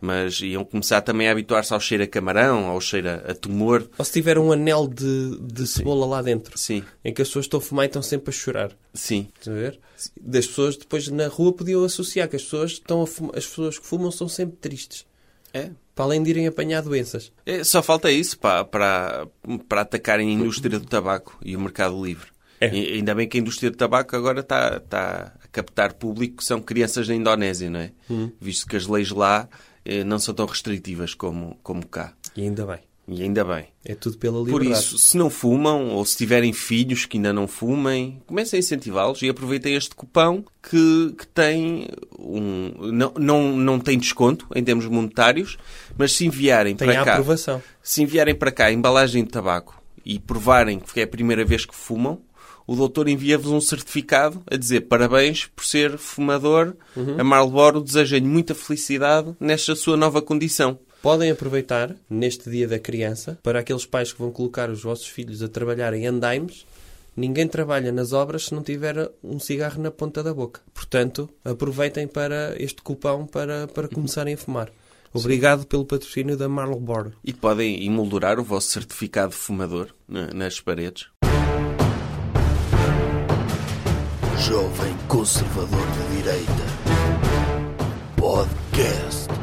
[SPEAKER 2] Mas iam começar também a habituar-se ao cheiro a camarão, ao cheiro a, a tumor.
[SPEAKER 3] Ou se tiver um anel de, de cebola lá dentro,
[SPEAKER 2] Sim,
[SPEAKER 3] em que as pessoas estão a fumar e estão sempre a chorar.
[SPEAKER 2] sim.
[SPEAKER 3] Estás a ver? Das pessoas depois na rua podiam associar que as pessoas, estão a fumar, as pessoas que fumam são sempre tristes.
[SPEAKER 2] É.
[SPEAKER 3] Para além de irem apanhar doenças.
[SPEAKER 2] É, só falta isso para, para, para atacarem a indústria do tabaco e o mercado livre.
[SPEAKER 3] É.
[SPEAKER 2] E- ainda bem que a indústria do tabaco agora está, está a captar público que são crianças da Indonésia, não é?
[SPEAKER 3] Hum.
[SPEAKER 2] Visto que as leis lá eh, não são tão restritivas como, como cá.
[SPEAKER 3] E ainda bem.
[SPEAKER 2] E ainda bem.
[SPEAKER 3] É tudo pela
[SPEAKER 2] Por
[SPEAKER 3] liberdade.
[SPEAKER 2] isso, se não fumam ou se tiverem filhos que ainda não fumem, comecem a incentivá-los e aproveitem este cupão que, que tem um. Não, não, não tem desconto em termos monetários, mas se enviarem
[SPEAKER 3] Tem
[SPEAKER 2] para
[SPEAKER 3] a
[SPEAKER 2] cá.
[SPEAKER 3] aprovação.
[SPEAKER 2] Se enviarem para cá a embalagem de tabaco e provarem que é a primeira vez que fumam, o doutor envia-vos um certificado a dizer parabéns por ser fumador. A Marlboro deseja-lhe muita felicidade nesta sua nova condição.
[SPEAKER 3] Podem aproveitar, neste dia da criança, para aqueles pais que vão colocar os vossos filhos a trabalhar em andaimes, ninguém trabalha nas obras se não tiver um cigarro na ponta da boca. Portanto, aproveitem para este cupão para, para começarem a fumar. Obrigado pelo patrocínio da Marlboro.
[SPEAKER 2] E podem emoldurar o vosso certificado de fumador na- nas paredes.
[SPEAKER 1] Jovem Conservador de Direita. Podcast.